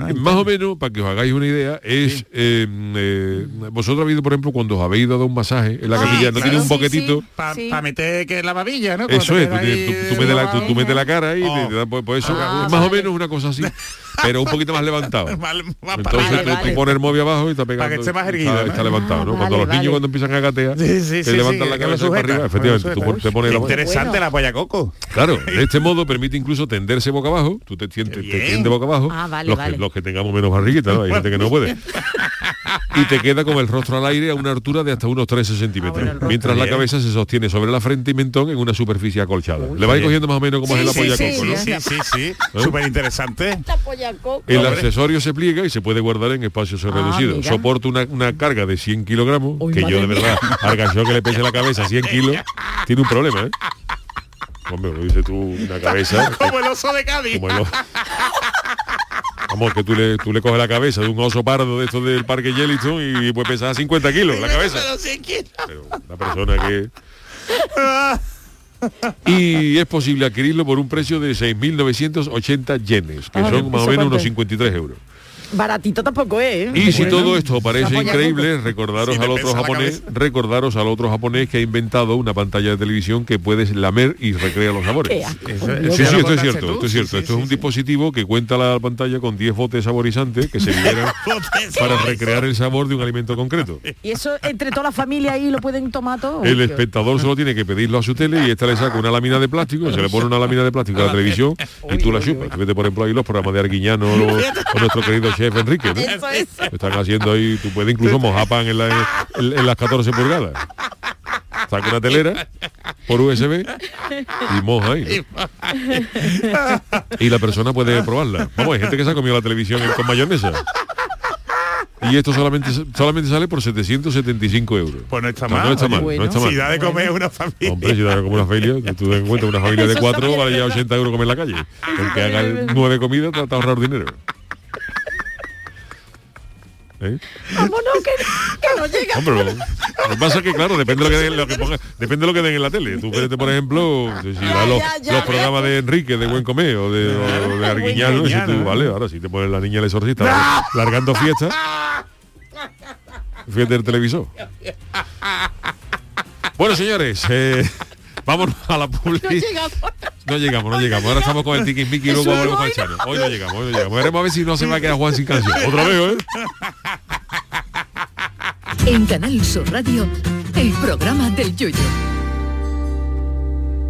Eh, Más o menos, para que os hagáis una idea, es... eh, eh, vosotros habéis ido, por ejemplo, cuando os habéis dado un masaje en la Ah, camilla, no claro. tiene un Sí, boquetito... Para Sí. meter que la babilla, ¿no? Cuando Eso te es, tú, quedas ahí, tienes- tú- tú metes la, tú- tú metes la cara y Oh. te- te da por, por eso Ah, más o vale. menos una cosa así, pero un poquito más levantado. Mal- va para- Entonces Vale, te- te, vale. pone el móvil abajo y está pegando. que esté más está- erguido, Está, ¿no? levantado, ¿no? Ah, cuando vale, los niños vale. cuando empiezan a gatear, Sí, sí, sí, se sí, levantan que la lo cabeza para sujeta, que arriba. lo Efectivamente, tú sujeta. pon- te pones Qué la mano. Interesante Bueno. la polla coco. Claro, de este modo permite incluso tenderse boca abajo, tú te, tiendes- Qué te bien. tiendes boca abajo, Ah, vale, los, vale. Que, los que tengamos menos barriguita, ¿no? hay gente que no puede, y te queda con el rostro al aire a una altura de hasta unos 13 centímetros, Ah, bueno, el rostro. mientras la Bien. cabeza se sostiene sobre la frente y mentón en una superficie acolchada. Le vais bien. cogiendo más o menos como Sí, es la sí, polla sí, coco, ¿no? sí, sí, sí, sí. ¿Eh? Súper interesante. La polla coco. El Hombre. accesorio se pliega y se puede guardar en espacios reducidos. Ah, mira. Soporta una, una carga de 100 kilogramos, Uy, que yo de madre verdad, al gallo que le pese la cabeza 100 kilos, tiene un problema, ¿eh? Hombre, lo dices tú, una cabeza... Como el oso de Cádiz. como el oso. Vamos, que tú le, tú le coges la cabeza de un oso pardo de estos del parque Yellowstone y pues pesar 50 kilos la cabeza. Pero sí que- Ah. Pero una persona que... Y es posible adquirirlo por un precio de 6.980 yenes, que Ah, son más o ¿eso menos cuánto unos es? 53 euros. Baratito tampoco es, ¿eh? Y si Bueno. todo esto os parece Vamos ya, increíble, recordaros Si te al otro pesa la japonés, recordaros al otro japonés que ha inventado una pantalla de televisión que puedes lamer y recrea los Qué sabores. asco. Sí, Eso- sí, eso lo esto es contaste cierto, tú. esto es Sí, cierto. sí, Esto es sí, un sí. dispositivo que cuenta la pantalla con 10 botes saborizantes que se liberan para recrear el sabor de un alimento concreto. Y eso entre toda la familia ahí lo pueden tomar todo. El espectador solo tiene que pedirlo a su tele y esta le saca una lámina de plástico, se le pone una lámina de plástico a la televisión y tú la chupas. Tú Vete, por ejemplo, ahí los programas de Arguiñano o, los- o nuestro querido chef Enrique. ¿no? Eso es. Están haciendo ahí, tú puedes incluso mojar pan en, la- en- en las 14 pulgadas. Saca una telera por USB y moja ahí. ¿no? Y la persona puede probarla. Vamos, hay gente que se ha comido la televisión con mayonesa. Y esto solamente, solamente sale por 775 euros. Pues no está No, mal. no está mal, oye. no está mal. Si da de comer una familia. Hombre, si da como una familia, que tú te encuentras una familia de Eso cuatro, también vale es ya verdad. 80 euros comer en la calle. El que haga el nueve comidas trata de ahorrar dinero. ¿Eh? Vámonos, que, que no llega. Hombre, lo- lo que pasa es que claro, depende de lo que den, lo que ponga- depende de lo que den en la tele. Tú vete, por ejemplo, si si da los, Ah, Ya, ya, Ah, ya. los programas de Enrique, de Buen Comer o de, o de Arguiñano, si tú, vale, ahora si te pones la niña del exorcista ¿vale? largando fiesta, fíjate el televisor. Bueno, señores, eh, vámonos a la No publicidad. llega. No llegamos, no llegamos. Ahora estamos con el Tiki Miki y luego volvemos con el Chano. Hoy no llegamos, ¿eh? hoy no llegamos. Veremos a ver si no se va a quedar Juan sin canción. Otra vez, ¿eh? En Canal Sur Radio, el programa del Yoyo.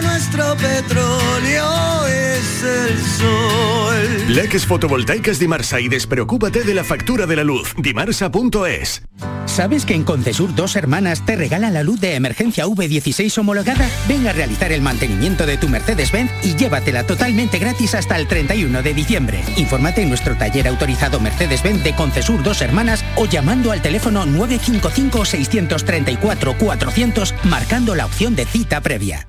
nuestro petróleo es el sol. Leques fotovoltaicas Dimarsa y despreocúpate de la factura de la luz. Dimarsa.es. ¿Sabes que en Concesur dos hermanas te regalan la luz de emergencia V16 homologada? Ven a realizar el mantenimiento de tu Mercedes-Benz y llévatela totalmente gratis hasta el 31 de diciembre. Infórmate en nuestro taller autorizado Mercedes-Benz de Concesur dos hermanas o llamando al teléfono 955-634-400 marcando la opción de cita previa.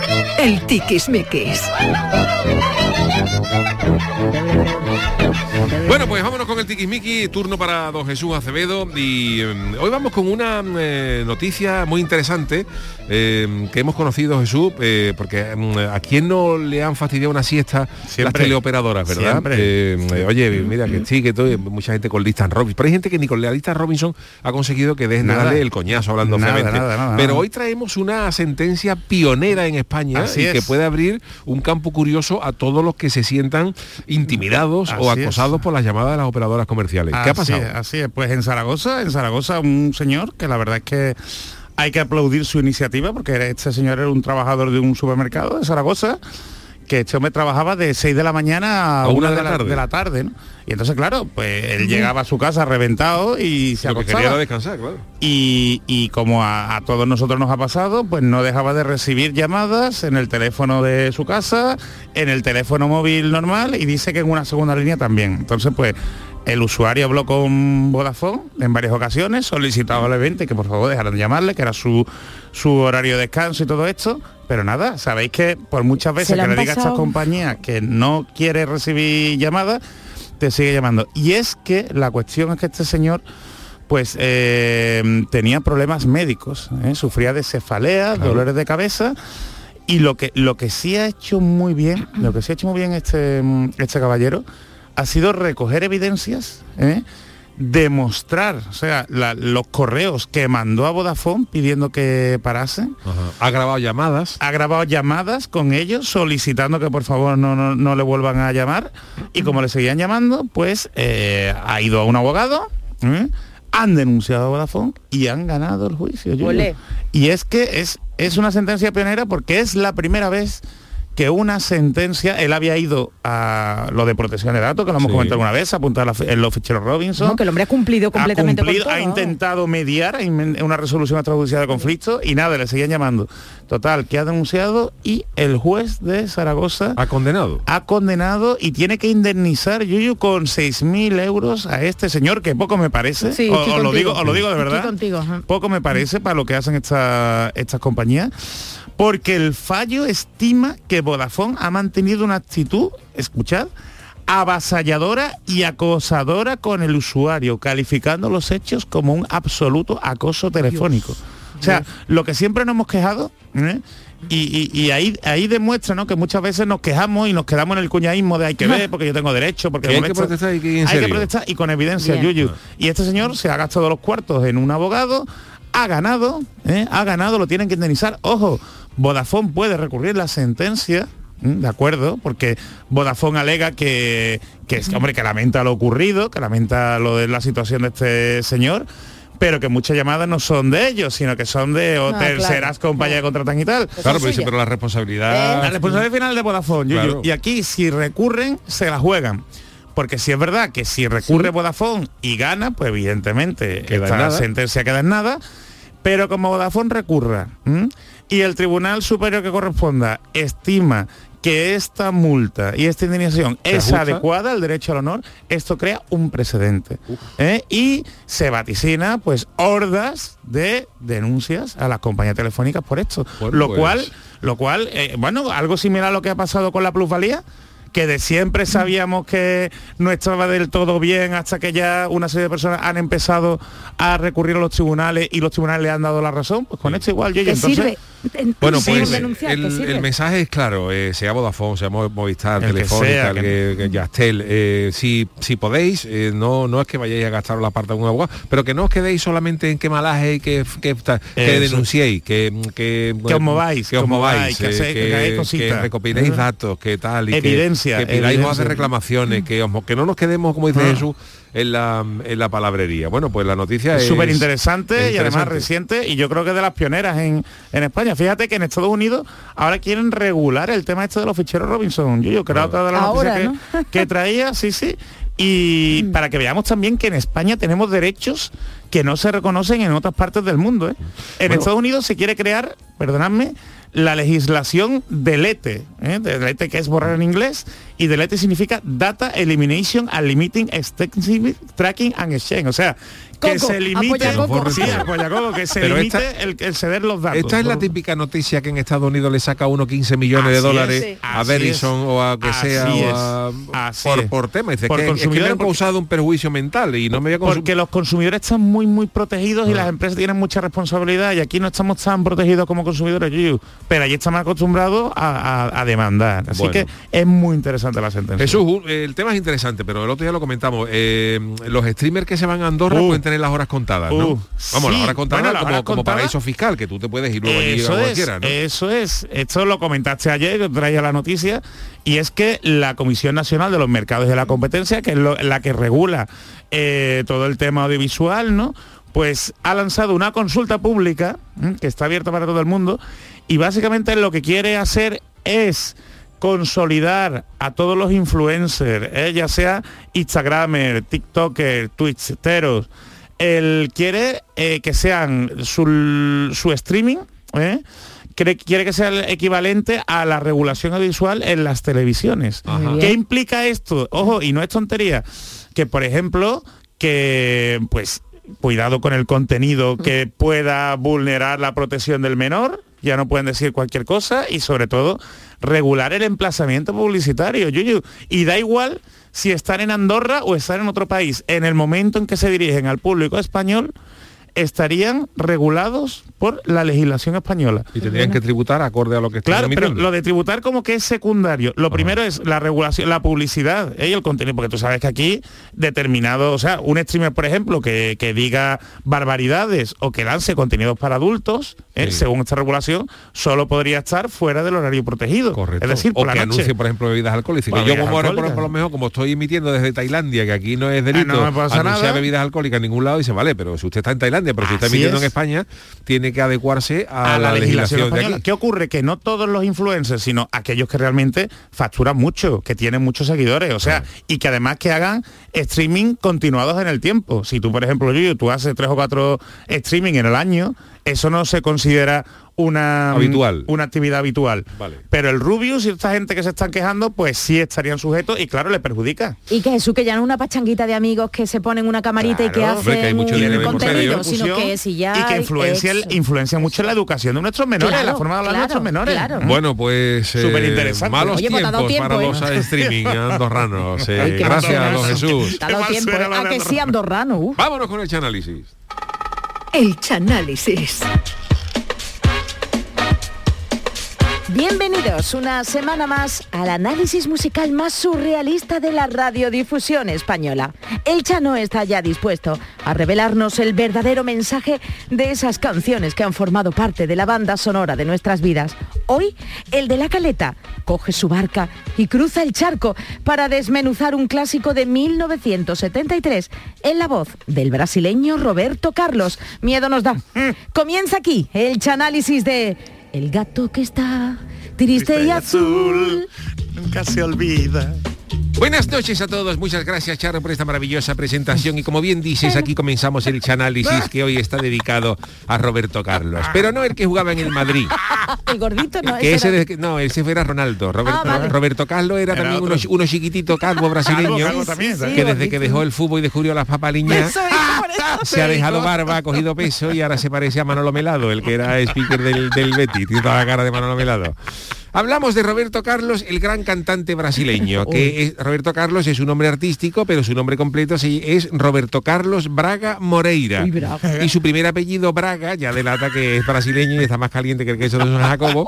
El tiquismiquis. Bueno, pues vámonos con el tiquismiqui, turno para don Jesús Acevedo y eh, hoy vamos con una eh, noticia muy interesante eh, que hemos conocido, Jesús, eh, porque mm, a quién no le han fastidiado una siesta las Siempre. teleoperadoras, ¿verdad? Siempre. Eh, eh, oye, mira, que sí, que todo, y mucha gente con Listan Robinson, pero hay gente que ni con la Listan Robinson ha conseguido que dejen de Nada. darle el coñazo hablando Nada, feamente. nada, nada, pero nada. hoy traemos una sentencia pionera en España Así y que es. puede abrir un campo curioso a todos los que se sientan intimidados o Así es. acosados por las llamadas de las operadoras comerciales. ¿Qué ha Así pasado? es, así es, pues en Zaragoza, en Zaragoza un señor que la verdad es que hay que aplaudir su iniciativa porque era- este señor era un trabajador de un supermercado de Zaragoza que este hombre trabajaba de 6 de la mañana a 1 de, la tarde, de la tarde ¿no? Y entonces, claro, pues él llegaba a su casa reventado y se Lo que quería era acostaba. descansar, Ah, claro. Y, y como a, a todos nosotros nos ha pasado, pues no dejaba de recibir llamadas en el teléfono de su casa, en el teléfono móvil normal y dice que en una segunda línea también. Entonces, pues el usuario habló con Vodafone en varias ocasiones, solicitaba al evento que por favor dejaran de llamarle, que era su, su horario de descanso y todo esto. Pero nada, sabéis que por muchas veces que lo han le diga a estas pasado. compañías que no quiere recibir llamadas, te sigue llamando. Y es que la cuestión es que este señor pues eh, tenía problemas médicos, ¿eh? sufría de cefalea, dolores de cabeza y lo que lo que sí ha hecho muy bien, lo que sí ha hecho muy bien este mm, este caballero ha sido recoger evidencias, ¿eh? demostrar, o sea, la- los correos que mandó a Vodafone pidiendo que parasen, Ajá. Ha grabado llamadas. ha grabado llamadas con ellos solicitando que por favor no, no, no le vuelvan a llamar y como le seguían llamando, pues eh, ha ido a un abogado, ¿eh? han denunciado a Vodafone y han ganado el juicio. Yuyu. Olé. Y es que es, es una sentencia pionera porque es la primera vez que una sentencia, él había ido a lo de protección de datos, que lo hemos Sí. comentado alguna vez, apuntar en los ficheros Robinson. No, que el hombre ha cumplido completamente ha, cumplido, con ha todo. intentado mediar en en una resolución extrajudicial de conflicto y nada, le seguían llamando. Total, que ha denunciado y el juez de Zaragoza Ha condenado. ha condenado y tiene que indemnizar Yuyu con 6.000 euros a este señor, que poco me parece, Sí, o- estoy os lo contigo. digo, os lo digo de Estoy verdad, contigo, ajá. poco me parece para lo que hacen esta- estas compañías, porque el fallo estima que Vodafone ha mantenido una actitud, escuchad, avasalladora y acosadora con el usuario, calificando los hechos como un absoluto acoso telefónico. O sea, lo que siempre nos hemos quejado, ¿eh? y, y- y ahí, ahí demuestra ¿no? que muchas veces nos quejamos y nos quedamos en el cuñadismo de hay que ver, porque yo tengo derecho, porque Que hay molesta". que protestar y que en Hay que serio. protestar y con evidencia, Bien. Yuyu. Y este señor se ha gastado los cuartos en un abogado, ha ganado, ¿eh? ha ganado, lo tienen que indemnizar. Ojo, Vodafone puede recurrir la sentencia, ¿m? ¿de acuerdo? Porque Vodafone alega que, que, es- hombre, que lamenta lo ocurrido, que lamenta lo de la situación de este señor, pero que muchas llamadas no son de ellos, sino que son de Ah, o claro. terceras compañías que contratan y tal. Claro, pero dice, pero la responsabilidad. Eh, Eh, La responsabilidad final de Vodafone, Yuyu. Claro. Y aquí si recurren, se la juegan. Porque si es verdad que si recurre Vodafone y gana, pues evidentemente Queda en esta nada. sentencia queda en nada. Pero como Vodafone recurra ¿m? y el Tribunal Superior que corresponda estima que esta multa y esta indemnización ¿Se es ajusta? adecuada al derecho al honor, esto crea un precedente. ¿eh? Y se vaticina pues hordas de denuncias a las compañías telefónicas por esto. lo pues. cual lo cual, eh, bueno, algo similar a lo que ha pasado con la plusvalía, que de siempre sabíamos que no estaba del todo bien hasta que ya una serie de personas han empezado a recurrir a los tribunales y los tribunales le han dado la razón. Pues con esto igual, yo ¿Te entonces... sirve? Bueno, pues sirve. el, el mensaje es claro, eh, sea Vodafone, sea Mo- Movistar, El que sea, Telefónica, el que- que- que Yastel, eh, si, si podéis, eh, no, no es que vayáis a gastar la parte de un abogado, pero que no os quedéis solamente en que malaje, que, que, que Eso. denunciéis, que, que, Que os mováis, que os que mováis, mováis, que eh, hacéis- que hagáis cositas. que recopiléis Ajá. datos, que tal, y que- Evidencia, que, pidáis hojas de evidencia. reclamaciones, que, os mo- que no nos quedemos, como dice Ah. Jesús, en la, en la palabrería. Bueno, pues la noticia es... Es súper interesante y además interesante. reciente y yo creo que de las pioneras en, en España. Fíjate que en Estados Unidos ahora quieren regular el tema esto de los ficheros Robinson. Yo, yo creo que de las Ahora, noticias que, que traía, sí, sí. Y para que veamos también que en España tenemos derechos que no se reconocen en otras partes del mundo. ¿eh? En Estados Unidos se quiere crear, perdonadme, la legislación delete, ¿eh? delete que es borrar en inglés, y delete E significa Data Elimination and Limiting Extensive Tracking and Exchange. O sea, que Coco, se limite, apoya Coco. Sí, apoya Coco, que se Pero limite esta- el, el ceder los datos. Esta es la Por- típica noticia que en Estados Unidos le saca uno 15 millones de Así dólares es, a así Verizon es, o a que así sea o es, a- así por, es. por tema. Dice Por que, es que me consumidores, han porque- causado un perjuicio mental y no me Ah. voy a consumir. Porque los consumidores están muy, muy protegidos y las empresas tienen mucha responsabilidad y aquí no estamos tan protegidos como consumidores, Yuyu. pero allí estamos acostumbrados a, a- a demandar. Así Bueno. que es muy interesante la sentencia. Jesús, un- eh, el tema es interesante, pero el otro día lo comentamos. Eh, los streamers que se van a Andorra Uh. pueden tener las horas contadas, ¿no? Uh, Vamos, las sí. horas contadas Bueno, las como, horas como contadas- paraíso fiscal, que tú te puedes ir luego allí a Eso es, eh. cualquiera, ¿no? eso es. Esto lo comentaste ayer, que traía la noticia, y es que la Comisión Nacional de los Mercados de la Competencia, que es lo- la que regula eh, todo el tema audiovisual, ¿no? Pues ha lanzado una consulta pública, ¿m? que está abierta para todo el mundo, y básicamente lo que quiere hacer es consolidar a todos los influencers, ¿eh? ya sea Instagramer, TikToker, Twitcheros, él quiere eh, que sean su, su streaming, ¿eh? Cree- quiere que sea el equivalente a la regulación audiovisual en las televisiones. Muy bien. ¿Qué implica esto? Ojo, y no es tontería, que por ejemplo, que pues cuidado con el contenido que pueda vulnerar la protección del menor, ya no pueden decir cualquier cosa y sobre todo regular el emplazamiento publicitario, Yuyu. Y da igual si están en Andorra o están en otro país, en el momento en que se dirigen al público español, estarían regulados por la legislación española. Y tendrían que tributar acorde a lo que están Claro, pero emitiendo. lo de tributar como que es secundario. Lo primero es la regulación, la publicidad ¿eh? y el contenido, porque tú sabes que aquí determinado, o sea, un streamer, por ejemplo, que, que diga barbaridades o que lance contenidos para adultos, ¿eh? según esta regulación, solo podría estar fuera del horario protegido. Correcto. Es decir, o por la que noche. anuncie, por ejemplo, bebidas alcohólicas. Bueno, Que yo bebidas como ahora, por alcohólicas. Ah, ejemplo, a lo mejor, como estoy emitiendo desde Tailandia, que aquí no es delito, no me pasa anunciar nada. bebidas alcohólicas en ningún lado, dice, vale, pero si usted está en Tailandia, pero si está Así emitiendo en es. España, tiene que adecuarse a, a la, legislación, española. de aquí. ¿Qué ocurre? Que no todos los influencers, sino aquellos que realmente facturan mucho, que tienen muchos seguidores, o sea, y que además que hagan streaming continuados en el tiempo. Si tú, por ejemplo, yo, tú haces tres o cuatro streaming en el año, eso no se considera una mm, Habitual. una actividad habitual. Vale. Pero el Rubius y esta gente que se están quejando, pues sí estarían sujetos y claro, le perjudica. Y que Jesús, que ya no es una pachanguita de amigos que se ponen una camarita y que Claro. hacen Hombre, que hay mucho dinero un de por medio. contenido, sino que si ya... y que hay- eh, influencia, Eso. influencia mucho en la educación de nuestros menores, Claro, la forma de hablar claro, de nuestros menores. claro. Bueno, pues eh, Superinteresante. malos Oye, pues, te tiempos ha dado para tiempo, los ¿eh? streaming andorranos. eh, Ay, qué gracias a maravilla. los Jesús. Te ha dado Qué mal tiempo, suena ¿eh? la a que de- sí, andorrano. uh. Vámonos con el análisis. El Chanálisis. Bienvenidos una semana más al análisis musical más surrealista de la radiodifusión española. El Chano está ya dispuesto a revelarnos el verdadero mensaje de esas canciones que han formado parte de la banda sonora de nuestras vidas. Hoy, el de la caleta coge su barca y cruza el charco para desmenuzar un clásico de 1973 en la voz del brasileño Roberto Carlos. Miedo nos da. Comienza aquí el chanálisis de El gato que está triste y azul. Nunca se olvida. Buenas noches a todos, muchas gracias Charo por esta maravillosa presentación y como bien dices, aquí comenzamos el chanálisis que hoy está dedicado a Roberto Carlos, pero no el que jugaba en el Madrid. El gordito no Que ese ese era- de- no, ese era Ronaldo. Roberto, Ah, vale. Roberto Carlos era, Era también otro. uno, chi- uno chiquitito calvo brasileño Calvo, calvo también, ¿sabes? que desde que dejó el fútbol y descubrió las papaliñas Eso es, por eso. se ha dejado barba, ha cogido peso y ahora se parece a Manolo Melado, el que era speaker del, del Betis, tiene toda la cara de Manolo Melado. Hablamos de Roberto Carlos, el gran cantante brasileño, que es- Roberto Carlos es un nombre artístico, pero su nombre completo sí es Roberto Carlos Braga Moreira. Uy, Braga. Y su primer apellido Braga ya delata que es brasileño y está más caliente que el queso de San Jacobo.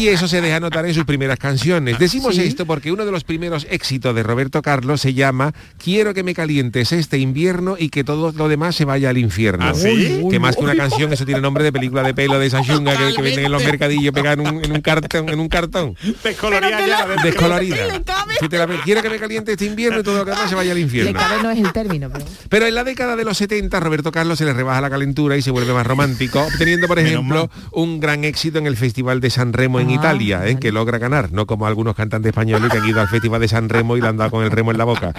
Y eso se deja notar en sus primeras canciones. Decimos esto porque uno de los primeros éxitos de Roberto Carlos se llama Quiero que me calientes este invierno y que todo lo demás se vaya al infierno. ¿Ah, sí? Que más que una canción, eso tiene nombre de película de pelo de esa chunga que, que venden en los mercadillos pegada en un, en un cartón, en un cartón. Descoloría ya. de- Descolorida. Le cabe. Tú te la ves, Quiero que me caliente este invierno y todo lo que demás se vaya al Le infierno. cabe no es el término, pero... Pero en la década de los 70 Roberto Carlos se le rebaja la calentura y se vuelve más romántico, obteniendo, por ejemplo, un gran éxito en el Festival de San Remo en Ah, Italia, ¿eh? que logra ganar, no como algunos cantantes españoles que han ido al Festival de San Remo y le han dado con el remo en la boca.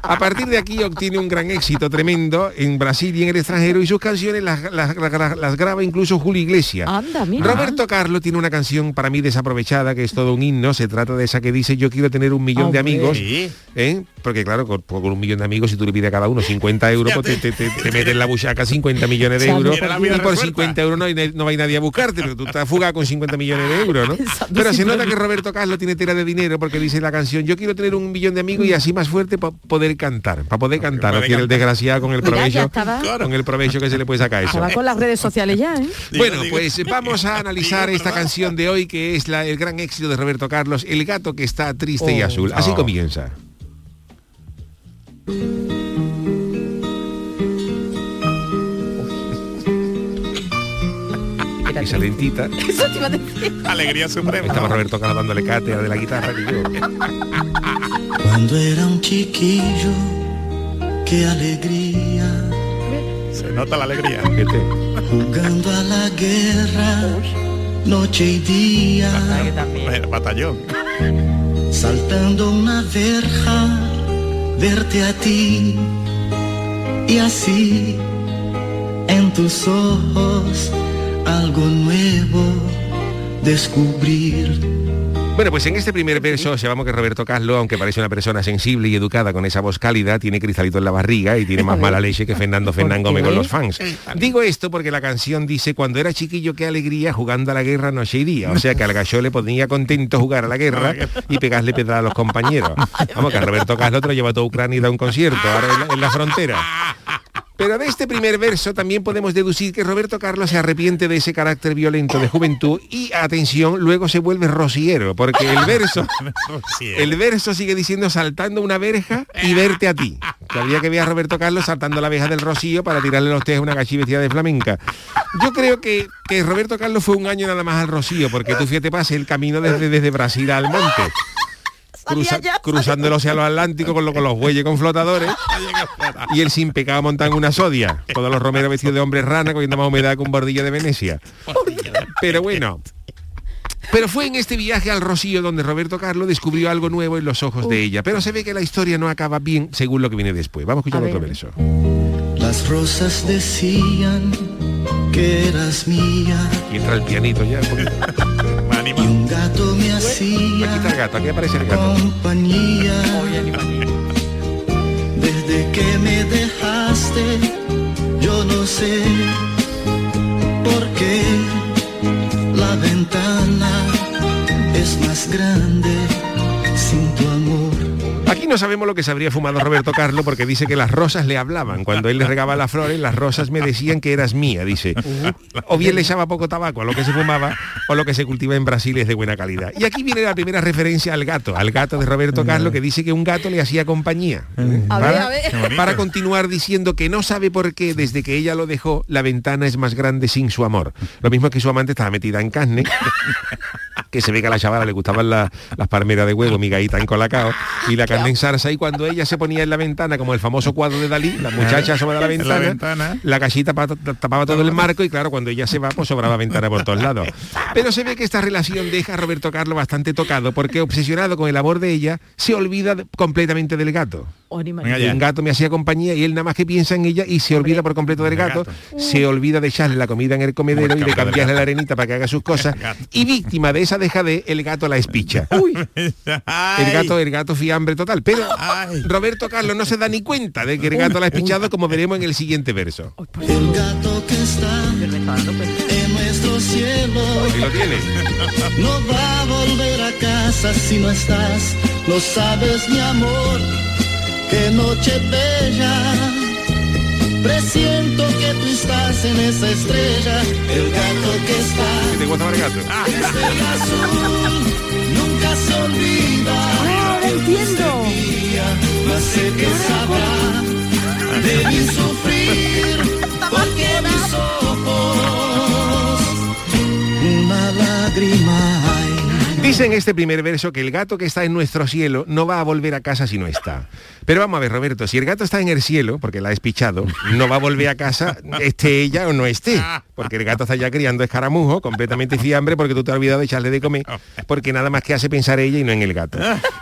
A partir de aquí obtiene un gran éxito tremendo en Brasil y en el extranjero y sus canciones las, las- las- las graba incluso Julio Iglesias. Anda, mira. Roberto Carlos tiene una canción para mí desaprovechada que es todo un himno, se trata de esa que dice yo quiero tener un millón de Hombre. amigos Sí. ¿eh? Porque claro, con, con un millón de amigos, si tú le pides a cada uno 50 euros, pues te, te, te- te meten en la buchaca 50 millones de Chavo, euros. Mira la vida Y por resuelta. 50 euros no, hay na- no va a ir nadie a buscarte, pero tú estás fugado con 50 millones de euros, ¿no? Pensando Pero se siempre nota en- que Roberto Carlos tiene tela de dinero porque dice en la canción, yo quiero tener un millón de amigos y así más fuerte para poder cantar, para poder cantar. No puede quiere el cantar. desgraciado con el Mira, ya provecho, estaba. con el provecho que se le puede sacar a eso. Estaba con las redes sociales ya, ¿eh? Bueno, digo. pues vamos a analizar esta canción de hoy que es la, el gran éxito de Roberto Carlos, El gato que está triste y Oh. azul. Así Oh. comienza. Esa lentita. Eso te iba a decir. Alegría suprema. Estaba Roberto Carlos dándole cátedra de la guitarra que yo. Cuando era un chiquillo, qué alegría, Se nota la alegría. Fíjate. jugando a la guerra, noche y día, El batallón. saltando una verja, verte a ti y así en tus ojos algo nuevo descubrir. Bueno, pues en este primer verso observamos que Roberto Carlos, aunque parece una persona sensible y educada con esa voz cálida, tiene cristalito en la barriga y tiene más mala leche que Fernando Fernán Gómez con los fans. Digo esto porque la canción dice, cuando era chiquillo, qué alegría jugando a la guerra noche y día. O sea que al gacho le ponía contento jugar a la guerra y pegarle pedradas a los compañeros. Vamos, que a Roberto Carlos te lo lleva a toda Ucrania y da un concierto ahora en la- en la frontera. Pero de este primer verso también podemos deducir que Roberto Carlos se arrepiente de ese carácter violento de juventud y, atención, luego se vuelve rociero, porque el verso, Sí, el verso sigue diciendo saltando una verja y verte a ti. Que había que ver a Roberto Carlos saltando la verja del rocío para tirarle los tejes a una cachivestida de flamenca. Yo creo que, que Roberto Carlos fue un año nada más al rocío, porque tú fíjate, pase el camino desde, desde Brasil al monte. Cruza- Salía ya. cruzando el océano Atlántico con, lo- con los bueyes con flotadores y el sin pecado montan una sodia. Todos los romeros vestidos de hombres rana cogiendo más humedad que un bordillo de Venecia. Pero bueno. Pero fue en este viaje al Rocío donde Roberto Carlos descubrió algo nuevo en los ojos de ella. Pero se ve que la historia no acaba bien según lo que viene después. Vamos a escuchar A otro ver. verso. Las rosas decían que eras mía Y entra el pianito ya. un poquito. me y anima. un gato me Aquí está el hacía gato, aquí aparece el gato. compañía. Desde que me dejaste, yo no sé por qué la ventana es más grande sin tu amor. Aquí no sabemos lo que se habría fumado Roberto Carlo porque dice que las rosas le hablaban. Cuando él le regaba las flores, las rosas me decían que eras mía, dice. O bien le echaba poco tabaco a lo que se fumaba o lo que se cultiva en Brasil es de buena calidad. Y aquí viene la primera referencia al gato, al gato de Roberto Carlo que dice que un gato le hacía compañía. A ver, a Para, ver. Qué bonito. para continuar diciendo que no sabe por qué desde que ella lo dejó, la ventana es más grande sin su amor. Lo mismo que su amante estaba metida en carne que se ve que a la chavala le gustaban la- las palmeras de huevo, migaíta en colacao y la carne en salsa. Y cuando ella se ponía en la ventana, como el famoso cuadro de Dalí, la muchacha asomada a la En la ventana, la, ventana. casita pa- tapaba todo el marco y claro, cuando ella se va, pues sobraba ventana por todos lados. Pero se ve que esta relación deja a Roberto Carlos bastante tocado porque obsesionado con el amor de ella, se olvida de- completamente del gato. Y un gato me hacía compañía y él nada más que piensa en ella y se olvida por completo del gato, se olvida de echarle la comida en el comedero y de cabrón del cambiarle la arenita para que haga sus cosas. Y víctima de esa dejadez, el gato la espicha. El gato, el gato fiambre total. Pero Roberto Carlos no se da ni cuenta de que el gato la ha espichado como veremos en el siguiente verso. El gato que está en nuestro cielo Ahí lo tienes. no va a volver a casa si no estás. Lo sabes, mi amor, qué noche bella. Presiento que tú estás en esa estrella. El gato que está ¿Qué te gusta el gato? desde el azul nunca se olvida. Ahora entiendo. No sé qué sabrá de mi sufrir porque mis ojos una lágrima Dice en este primer verso que el gato que está en nuestro cielo no va a volver a casa si no está. Pero vamos a ver, Roberto, si el gato está en el cielo, porque la has pichado, no va a volver a casa, esté ella o no esté. Porque el gato está ya criando escaramujo, completamente fiambre, porque tú te has olvidado de echarle de comer, porque nada más que hace pensar ella y no en el gato.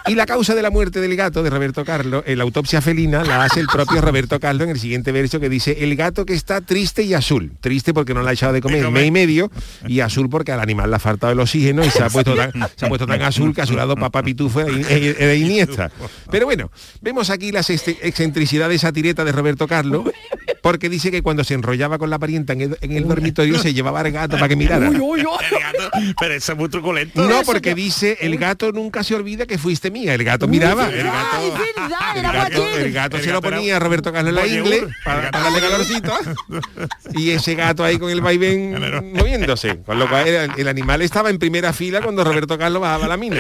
Y la causa de la muerte del gato de Roberto Carlos, en la autopsia felina, la hace el propio Roberto Carlos en el siguiente verso que dice, el gato que está triste y azul. Triste porque no la ha echado de comer, el mes y medio, y azul porque al animal le ha faltado el oxígeno y se ha puesto tan, se ha puesto tan azul que a su lado papá pitufo era, in- era Iniesta. Pero bueno, vemos aquí las este- excentricidades satireta de Roberto Carlos, porque dice que cuando se enrollaba con la parienta en el, en el dormitorio se llevaba al gato para que mirara. El gato, pero eso es muy truculento. No, porque dice, el gato nunca se olvida que fuiste mía. El gato miraba. El gato, el gato, el gato se lo ponía a Roberto Carlos en la Voyeur. ingle para, para darle calorcito. ¿ah? Y ese gato ahí con el vaivén moviéndose. Con lo cual el, el animal estaba en primera fila cuando Roberto Carlos bajaba la mina.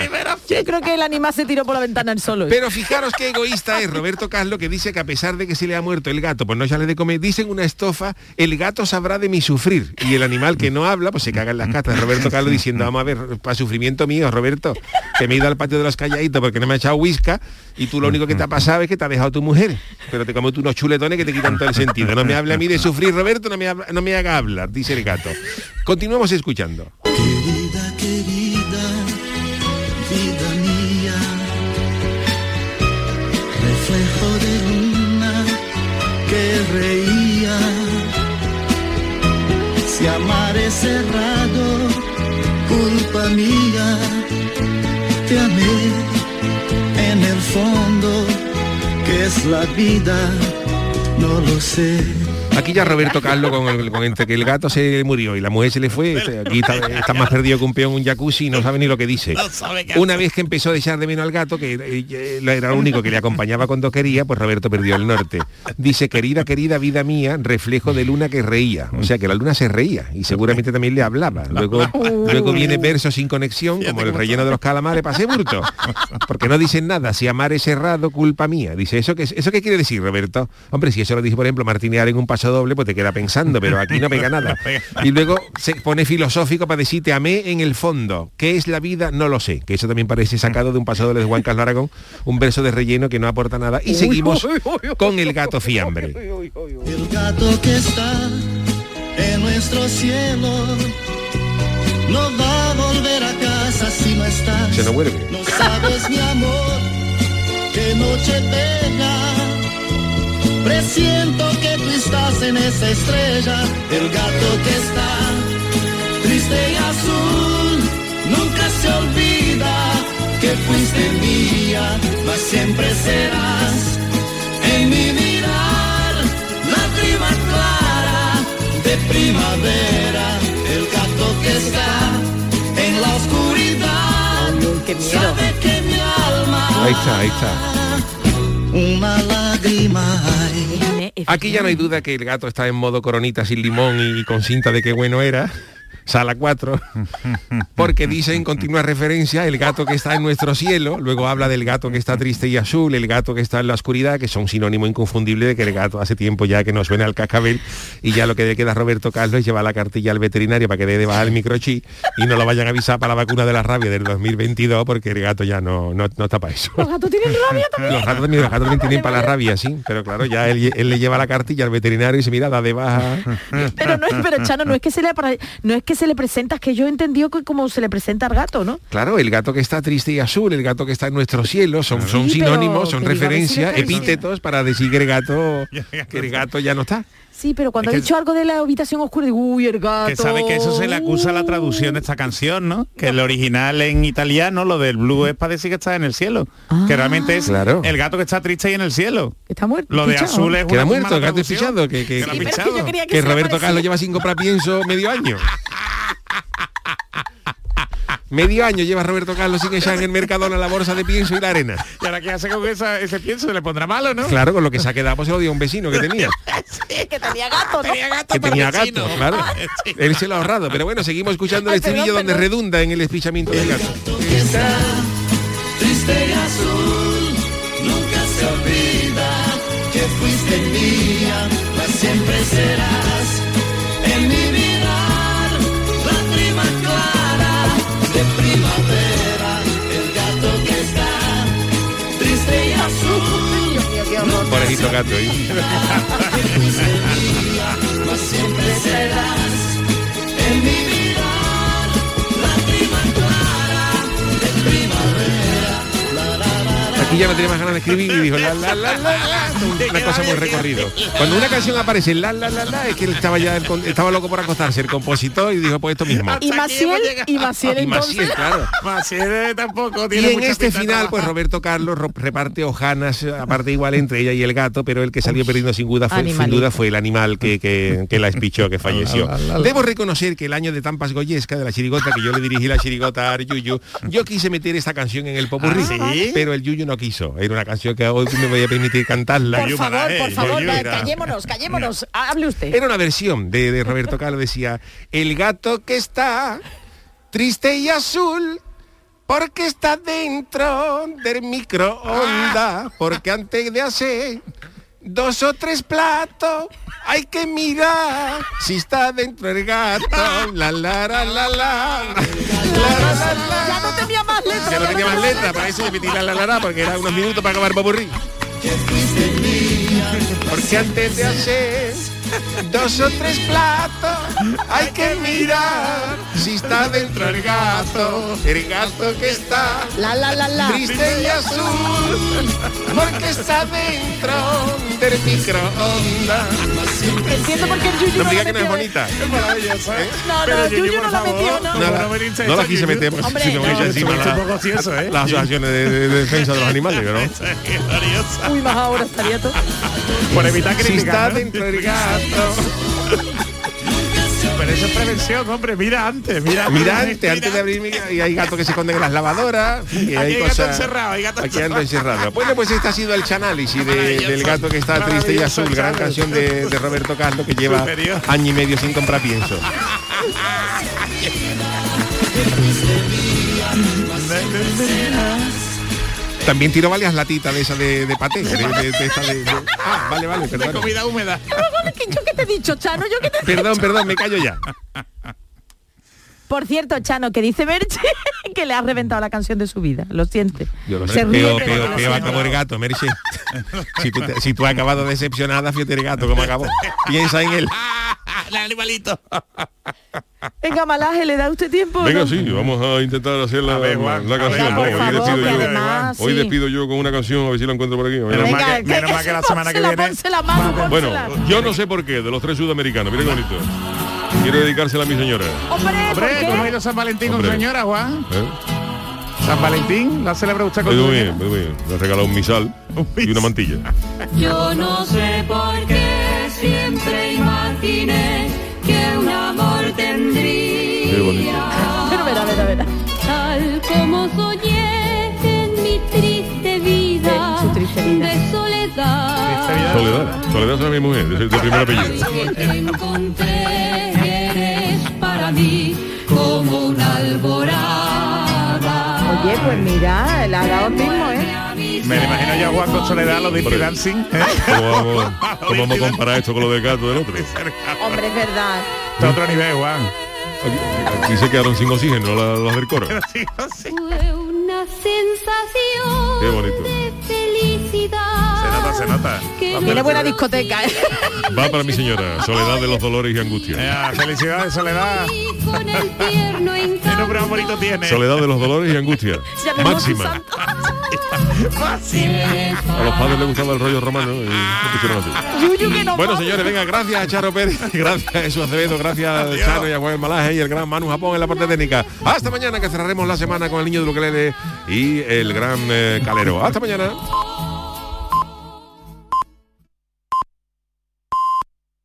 Yo creo que el animal se tiró por la ventana el solo. Pero fijaros qué egoísta es Roberto Carlos que dice que a pesar de que se le ha muerto el gato, pues no sale de comer, dicen una estofa, el gato sabrá de mi sufrir. Y el animal que no habla, pues se caga en las cartas. Roberto Carlos diciendo, vamos a ver, para sufrimiento mío, Roberto, que me he ido al patio de los calladitos porque no me ha echado whisca y tú lo único que te ha pasado es que te ha dejado tu mujer. Pero te comes tú unos chuletones que te quitan todo el sentido. No me hable a mí de sufrir, Roberto, no me, habla- no me haga hablar, dice el gato. Continuamos escuchando. vida mía, reflejo de luna que reía. Si amar es cerrado, culpa mía, te amé en el fondo, que es la vida, no lo sé. Aquí ya Roberto Carlos con, el- con entre que el gato se murió y la mujer se le fue, este, aquí está, está más perdido que un peón en un jacuzzi y no sabe ni lo que dice. Una vez que empezó a echar de menos al gato, que eh, eh, era el único que le acompañaba cuando quería, pues Roberto perdió el norte. Dice, querida, querida vida mía, reflejo de luna que reía. O sea que la luna se reía y seguramente también le hablaba. Luego, Oh. luego viene verso sin conexión, como el relleno de los calamares, pase burto. Porque no dicen nada, si amar es errado, culpa mía. Dice, ¿eso qué, es- ¿eso qué quiere decir, Roberto? Hombre, si eso lo dice, por ejemplo, Martínez en un paso doble, pues te queda pensando, pero aquí no pega nada. Y luego se pone filosófico para decir, te amé en el fondo. ¿Qué es la vida? No lo sé. Que eso también parece sacado de un paso doble de Juan Carlos Aragón, un verso de relleno que no aporta nada. Y Uy, seguimos uy, uy, uy, con el gato fiambre. El gato que está en nuestro cielo no va a volver a casa si no estás. Se nos vuelve. No sabes mi amor, qué noche bella. Presiento que tú estás en esa estrella. El gato que está triste y azul nunca se olvida que fuiste mía, mas siempre serás en mi mirar lágrima clara de primavera. El gato que está en la oscuridad. Sabe que mi alma Ahí está, ahí está. Una lágrima Aquí ya no hay duda que el gato está en modo coronita sin limón y con cinta de qué bueno era. Sala 4, porque dice en continua referencia el gato que está en nuestro cielo, luego habla del gato que está triste y azul, el gato que está en la oscuridad, que son sinónimo inconfundible de que el gato hace tiempo ya que no suena al cascabel y ya lo que le queda a Roberto Carlos es llevar la cartilla al veterinario para que le dé baja el microchip y no lo vayan a avisar para la vacuna de la rabia del 2022 porque el gato ya no, no, no está para eso. Los gatos tienen rabia también. Los gatos también, los gatos también tienen para la rabia, sí, pero claro, ya él, él le lleva la cartilla al veterinario y se mira, da de baja. Pero no es, pero Chano, no es que se le apare- no es que se le presenta, es que yo he entendido que como se le presenta al gato, ¿no? Claro, el gato que está triste y azul, el gato que está en nuestro cielo, son, son Sí, pero sinónimos, son que diga referencias, que sí, referencia. epítetos para decir que el gato, que el gato ya no está. Sí, pero cuando ha dicho algo de la habitación oscura, digo, uy, el gato. Que sabe que eso se le acusa a la traducción de esta canción, ¿no? Que el original en italiano, lo del blue es para decir que está en el cielo. que realmente Ah. es el gato que está triste y en el cielo. Está muerto. Lo de Pichado. azul es Que una era muerto, mala el gato es traducción. pichado, que- que- lo ha Sí, pero es que pichado. yo quería Que Roberto Carlos lleva cinco pienso medio año. Medio año lleva Roberto Carlos sin echar en el Mercadona la bolsa de pienso y la arena. ¿Y ahora qué hace con esa- ese pienso? ¿Le pondrá malo, no? Claro, con lo que se ha quedado pues, se lo dio a un vecino que tenía. que tenía gato, ¿no? Tenía gato que para tenía vecino. gato, claro. Sí. Él se lo ha ahorrado. Pero bueno, seguimos escuchando el Ay, perdón, estribillo donde perdón. redunda en el espichamiento del gato. que está triste y azul. Nunca se olvida que fuiste mía, pues siempre serás en mi vida la prima clara de primavera. El gato que está triste y azul. Pobrecito gato, ¿eh? Pues siempre serás en mi vida la prima clara de primavera. Aquí ya no tenía más ganas de escribir y dijo la la la la la. Una cosa muy recorrido. Cuando una canción aparece la la la la es que él estaba ya el con- estaba loco por acostarse el compositor y dijo pues esto mismo. Y Maciel, y Maciel Y más entonces. claro. Más, si él tampoco Y tiene en mucha este pinta de final, trabajar. ah. pues Roberto Carlos ro- reparte hojanas, eh, aparte igual entre ella y el gato, pero el que salió perdiendo sin duda fue, sin Animalito. duda fue el animal que, que- que la espichó, que falleció. Debo reconocer que el año de Tampas Goyesca, de la chirigota, que yo le dirigí la chirigota al Yuyu, yo quise meter esta canción en el popurrí, Ah, ¿sí? pero el Yuyu no quiso. Era una canción que hoy me voy a permitir cantarla. Por Yo para favor, él, por favor, yo va, era- callémonos, callémonos. Ah, Hable usted. Era una versión de, de Roberto Carlos, decía, el gato que está triste y azul. Porque está dentro del Ah. microondas, porque antes de hacer dos o tres platos hay que mirar si está dentro el gato. La la la la la. La, la, la, la. Ya no tenía más letras. Ya no ya tenía más letra, para eso repetí la la la la, porque era unos minutos para acabar Popurrí. Porque antes de hacer dos o tres platos hay que mirar si está dentro el gato, el gato que está La la la la. triste y azul, porque está dentro del microondas. Entiendo por qué el Yuyu No no me diga que la no es metió, ¿eh? bonita. No, no, el Yuyu no la metió, no. Nada, Bueno, venirse no las aquí, quise ¿no? meter porque Hombre, si no me no, echa encima esto es la- un poco ocioso, ¿eh? las asociaciones de, de- de defensa de los animales, ¿no? Qué curiosa. Uy, más ahora estaría todo. Por evitar Si está criticar, ¿no? dentro del gato. Pero eso es prevención, hombre. Mira antes, mira Mira, antes, antes de abrir mi- y hay gatos que se esconden en las lavadoras. Y hay, Aquí hay gato cosas, encerrado, hay gato Aquí ando encerrado. Bueno, pues este ha sido el chanálisis de- del gato que está triste y Maravilloso, azul. Gran Chanálisis. canción de, de Roberto Carlos que lleva Superior. año y medio sin comprar pienso. También tiró varias latitas de esa de, de paté. de- de- de esa de- de- Ah, vale, vale, de perdón. comida húmeda. ¿Qué- ¿Yo qué te he dicho, Chano? ¿Yo qué te he dicho? Perdón, perdón, me callo ya. Por cierto, Chano, que dice Merche que le has reventado la canción de su vida. Lo siente. Se ríe, Peo, pero peo, no peo, se acabó el gato, Merche. Si tú, te- si tú has acabado decepcionada, fíjate el gato, ¿cómo acabó? Piensa en él. El animalito. Venga, Malaje, ¿le da usted tiempo? o Venga, no? sí, vamos a intentar hacer la, A ver, Juan, la a ver, canción. Juan, ¿no? por Hoy favor, despido que yo, además, hoy sí. despido yo con una canción, a ver si la encuentro por aquí. a ver. Menos Venga, mal que- menos mal que la semana que pónsela, viene- pónsela, Manu, Bueno, pónsela. yo no sé por qué, de los tres sudamericanos, mira qué bonito. Quiero dedicársela a mi señora. Hombre, ¿por Hombre, qué? ¿cómo ha ido San Valentín con Hombre. señora, Juan? ¿eh? San Valentín, ¿la celebra usted con Muy su bien, señora? muy bien. Le he regalado un misal Un y una misal. mantilla. Yo no sé por qué siempre imaginé que un amor tendría. Qué bonito. Pero verá, verá, verá. Tal como soñé en mi triste Soledad. Soledad es mi mujer, es el de primer apellido. Que te encontré, eres para mí como una alborada. Oye, pues mira, la ha dado mismo, ¿eh? Me lo imagino yo a Juan con Soledad los Dirty Dancing. ¿eh? ¿Cómo vamos, cómo vamos a comparar esto con lo del gato del otro? Hombre, es verdad. Está a otro nivel, Juan. Aquí se quedaron sin oxígeno las, las del coro. Fue una sensación Qué bonito. de felicidad. Se nota, se nota. Tiene buena discoteca, ¿eh? Va para mi Ah, señora, Soledad de los dolores y angustias. Eh, felicidades, Soledad. Qué nombre más bonito tiene. Soledad de los dolores y angustias. Máxima. A los padres les gustaba el rollo romano y lo pusieron así. Ah. Bueno, señores, venga, gracias a Charo Pérez, gracias a Jesús Acevedo, gracias a Charo y a Juan El Malaje y el gran Manu Japón en la parte técnica. Hasta mañana que cerraremos la semana con el niño de Ukelele y el gran eh, Calero. Hasta mañana.